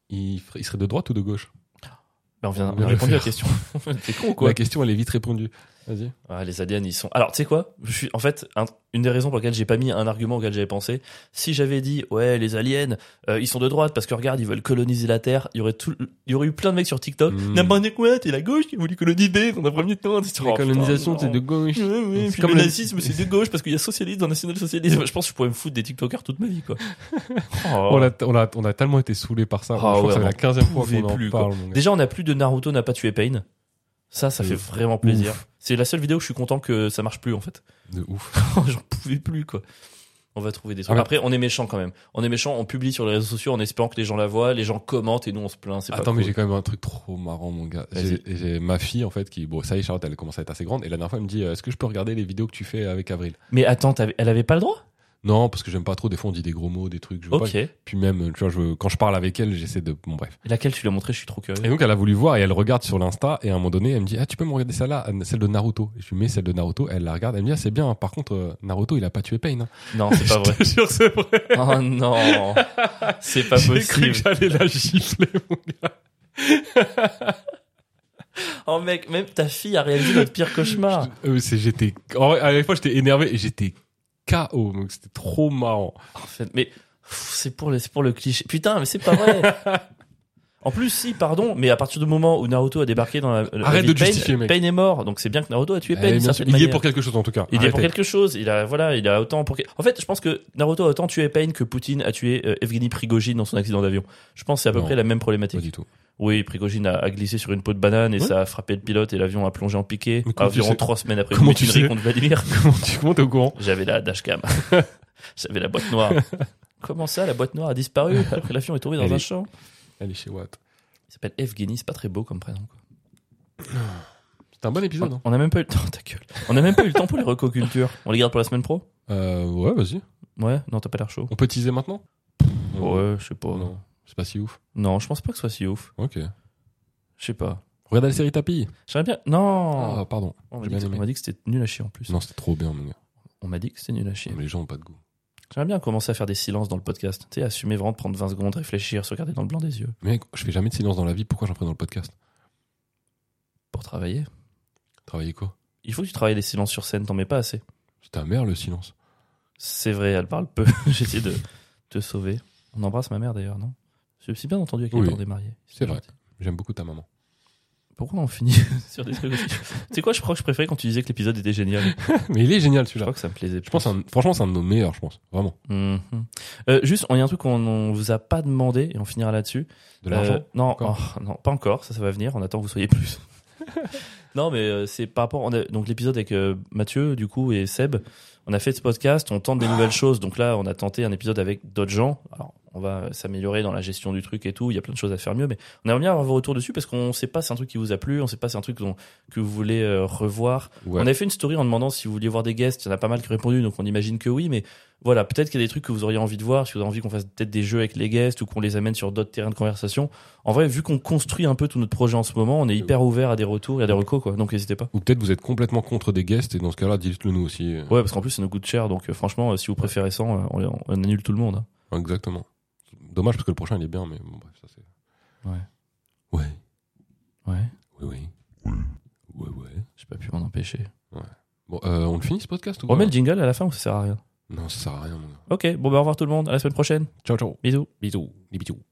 Speaker 2: Il, ferait- il serait de droite ou de gauche
Speaker 1: ben on vient,
Speaker 2: On
Speaker 1: on
Speaker 2: vient
Speaker 1: a
Speaker 2: de
Speaker 1: répondu à
Speaker 2: le
Speaker 1: la question. T'es con ou quoi
Speaker 2: La question, elle est vite répondue. Vas-y.
Speaker 1: Ah, les aliens, ils sont. Alors, tu sais quoi Je suis. En fait, un- une des raisons pour lesquelles j'ai pas mis un argument auquel j'avais pensé, si j'avais dit ouais, les aliens, euh, ils sont de droite parce que regarde, ils veulent coloniser la Terre, il y aurait tout, il y aurait eu plein de mecs sur TikTok.
Speaker 2: Mm.
Speaker 1: N'importe quoi, t'es la gauche qui a voulu coloniser dans un premier temps. t'es sur-
Speaker 2: La
Speaker 1: Oh,
Speaker 2: colonisation,
Speaker 1: putain,
Speaker 2: c'est
Speaker 1: non. Oh.
Speaker 2: de gauche.
Speaker 1: Ouais, ouais,
Speaker 2: C'est
Speaker 1: puis
Speaker 2: comme
Speaker 1: le
Speaker 2: le-
Speaker 1: nazisme, c'est de gauche parce qu'il y a socialisme dans national-socialisme. Je pense que je pourrais me foutre des TikTokers toute ma vie, quoi. Oh.
Speaker 2: On a, on, a, on a tellement été saoulés par ça.
Speaker 1: Ah
Speaker 2: je crois
Speaker 1: ouais,
Speaker 2: que c'est
Speaker 1: on
Speaker 2: la
Speaker 1: en
Speaker 2: 15 e fois
Speaker 1: pouvait
Speaker 2: qu'on en
Speaker 1: plus, quoi.
Speaker 2: parle. mon gars.
Speaker 1: Déjà, on n'a plus de Naruto n'a pas tué Pain. Ça, ça
Speaker 2: De
Speaker 1: fait
Speaker 2: ouf.
Speaker 1: vraiment plaisir. C'est la seule vidéo où je suis content que ça marche plus, en fait.
Speaker 2: De ouf.
Speaker 1: J'en pouvais plus, quoi. On va trouver des trucs.
Speaker 2: Ouais.
Speaker 1: Après, on est méchant quand même. On est méchant, on publie sur les réseaux sociaux en espérant que les gens la voient, les gens commentent et nous on se plaint. C'est pas
Speaker 2: Attends, mais
Speaker 1: cool.
Speaker 2: j'ai quand même un truc trop marrant, mon gars.
Speaker 1: Vas-y.
Speaker 2: J'ai j'ai ma fille, en fait, qui, bon, ça y est, Charlotte, elle commence à être assez grande. Et la dernière fois, elle me dit, euh, est-ce que je peux regarder les vidéos que tu fais avec Avril
Speaker 1: mais attends, t'avais- elle avait pas le droit
Speaker 2: Non, parce que j'aime pas trop. Des fois, on dit des gros mots, des trucs. Je veux
Speaker 1: Ok.
Speaker 2: pas. Puis même, tu vois, je, quand je parle avec elle, j'essaie de. Bon, bref.
Speaker 1: Laquelle tu l'as montré Je suis trop curieux.
Speaker 2: Et donc, elle a voulu voir et elle regarde sur l'Insta. Et à un moment donné, elle me dit, ah, tu peux me regarder celle-là, euh, celle de Naruto. Et je lui mets celle de Naruto. Elle la regarde. Elle me dit, ah, c'est bien. Par contre, euh, Naruto, il a pas tué Pain. hein.
Speaker 1: Non, c'est pas vrai.
Speaker 2: Je te jure, c'est vrai.
Speaker 1: Oh non, c'est pas
Speaker 2: J'ai cru que
Speaker 1: possible.
Speaker 2: j'allais la gifler, mon gars.
Speaker 1: Oh mec, même ta fille a réalisé notre pire cauchemar.
Speaker 2: Euh, c'est- j'étais, en vrai, à la fois, j'étais énervé et j'étais KO. Donc, c'était trop marrant.
Speaker 1: En fait, mais pff, c'est pour le, c'est pour le cliché. Putain, mais c'est pas vrai. En plus, si, pardon, mais à partir du moment où Naruto a débarqué dans la, la
Speaker 2: Arrête
Speaker 1: ville
Speaker 2: de
Speaker 1: Pain,
Speaker 2: justifier, mec.
Speaker 1: Pain est mort, donc c'est bien que Naruto a tué
Speaker 2: Eh,
Speaker 1: Pain.
Speaker 2: bien
Speaker 1: d'une
Speaker 2: sûr,
Speaker 1: certaine
Speaker 2: il y est
Speaker 1: manière.
Speaker 2: pour quelque chose, en tout cas.
Speaker 1: Il est pour
Speaker 2: Arrêtez.
Speaker 1: quelque chose. Il a voilà, il a autant pour. que- En fait, je pense que Naruto a autant tué Pain que Poutine a tué euh, Evgeny Prigogine dans son accident d'avion. Je pense que c'est à peu
Speaker 2: Non.
Speaker 1: près la même
Speaker 2: Pas
Speaker 1: problématique.
Speaker 2: du tout.
Speaker 1: Oui, Prigogine a, a glissé sur une peau de banane et
Speaker 2: Ouais.
Speaker 1: ça a frappé le pilote et l'avion a plongé en piqué.
Speaker 2: Mais comment tu
Speaker 1: Environ
Speaker 2: sais-
Speaker 1: trois semaines après
Speaker 2: comment
Speaker 1: une
Speaker 2: tu
Speaker 1: mutinerie
Speaker 2: sais
Speaker 1: contre Vladimir,
Speaker 2: Comment tu, comment t'es au courant?
Speaker 1: j'avais la dashcam. j'avais la boîte noire. Comment ça, la boîte noire a disparu après l'avion est tombé dans
Speaker 2: Elle
Speaker 1: un
Speaker 2: est-
Speaker 1: champ
Speaker 2: Elle est chez Watt.
Speaker 1: Il s'appelle Evgeny, c'est pas très beau comme prénom. quoi.
Speaker 2: C'était un bon épisode, hein.
Speaker 1: On a même pas eu le temps. Ta gueule. On a même pas eu le temps pour les recocultures. On les garde pour la semaine pro.
Speaker 2: Euh, ouais, vas-y.
Speaker 1: Ouais, non, t'as pas l'air chaud.
Speaker 2: On peut teaser maintenant?
Speaker 1: Ouais, je sais pas.
Speaker 2: Oh non. C'est pas si ouf.
Speaker 1: Non, je pense pas que ce soit si ouf.
Speaker 2: Ok.
Speaker 1: Je sais pas.
Speaker 2: Regarde la série Tapis.
Speaker 1: J'aimerais bien.
Speaker 2: Ah,
Speaker 1: Non
Speaker 2: pardon.
Speaker 1: On m'a
Speaker 2: j'ai
Speaker 1: dit,
Speaker 2: bien
Speaker 1: que-
Speaker 2: aimé.
Speaker 1: on m'a dit que c'était nul à chier en plus.
Speaker 2: Non, c'était trop bien, mon gars.
Speaker 1: On m'a dit que c'était nul à chier.
Speaker 2: Mais les gens ont pas de goût.
Speaker 1: J'aimerais bien commencer à faire des silences dans le podcast. Tu sais, assumer vraiment de prendre 20 secondes, réfléchir, se regarder dans le blanc des yeux
Speaker 2: Mec, je fais jamais de silence dans la vie. Pourquoi j'en fais dans le podcast?
Speaker 1: pour travailler.
Speaker 2: Travailler quoi?
Speaker 1: Il faut que tu travailles les silences sur scène, t'en mets pas assez.
Speaker 2: C'est ta mère, le silence.
Speaker 1: C'est vrai, elle parle peu. J'essaie de te sauver. On embrasse ma mère d'ailleurs, non Je me suis bien entendu avec les
Speaker 2: Oui.
Speaker 1: parents des mariés.
Speaker 2: C'est vrai.
Speaker 1: gentil.
Speaker 2: J'aime beaucoup ta maman.
Speaker 1: Pourquoi on finit sur des trucs aussi Tu sais quoi, je crois que je préférais quand tu disais que l'épisode était génial.
Speaker 2: Mais il est génial,
Speaker 1: Je
Speaker 2: celui-là.
Speaker 1: crois que ça me plaisait.
Speaker 2: Je pense, que c'est un- franchement, c'est un de nos meilleurs, je pense. Vraiment.
Speaker 1: Mhm. Euh, juste, il y a un truc qu'on on vous a pas demandé, et on finira là-dessus.
Speaker 2: De l'argent.
Speaker 1: Euh, non,
Speaker 2: Encore
Speaker 1: oh, non, pas encore, ça, ça va venir, on attend que vous soyez plus. non, mais euh, c'est par rapport. on a- donc, l'épisode avec euh, Mathieu, du coup, et Seb, on a fait ce podcast, on tente des nouvelles
Speaker 2: Ah.
Speaker 1: choses. Donc là, on a tenté un épisode avec d'autres gens. Alors, on va euh, s'améliorer dans la gestion du truc et tout, il y a plein de choses à faire mieux, mais on aimerait bien avoir vos retours dessus parce qu'on sait pas si c'est un truc qui vous a plu, on sait pas si c'est un truc dont- que vous voulez euh, revoir.
Speaker 2: Ouais.
Speaker 1: On avait fait une story en demandant si vous vouliez voir des guests. Il y en a pas mal qui ont répondu, donc on imagine que oui. Mais voilà, peut-être qu'il y a des trucs que vous auriez envie de voir, si vous avez envie qu'on fasse peut-être des jeux avec les guests ou qu'on les amène sur d'autres terrains de conversation. En vrai, vu qu'on construit un peu tout notre projet en ce moment, on est hyper ouvert à des retours et à des recos, quoi. Donc n'hésitez pas.
Speaker 2: Ou peut-être vous êtes complètement contre des guests, et dans ce cas-là, dites-le nous aussi. euh.
Speaker 1: Ouais, parce qu'en plus, ça nous coûte cher. Donc euh, franchement, euh, si vous préférez ça, on, on- on annule tout le monde. hein.
Speaker 2: Exactement. Dommage, parce que le prochain, il est bien, mais bon, bref, ça c'est.
Speaker 1: Ouais.
Speaker 2: Ouais.
Speaker 1: Ouais,
Speaker 2: Oui, oui. Ouais, ouais.
Speaker 1: j'ai pas pu m'en empêcher.
Speaker 2: Bon, euh, on le finit ce podcast ou
Speaker 1: On
Speaker 2: pas
Speaker 1: remet le jingle à la fin ou ça sert à rien
Speaker 2: Non, ça sert à rien, mon gars.
Speaker 1: Ok, bon, bah au revoir tout le monde. À la semaine prochaine.
Speaker 2: Ciao, ciao.
Speaker 1: Bisous.
Speaker 2: Bisous. Des bisous.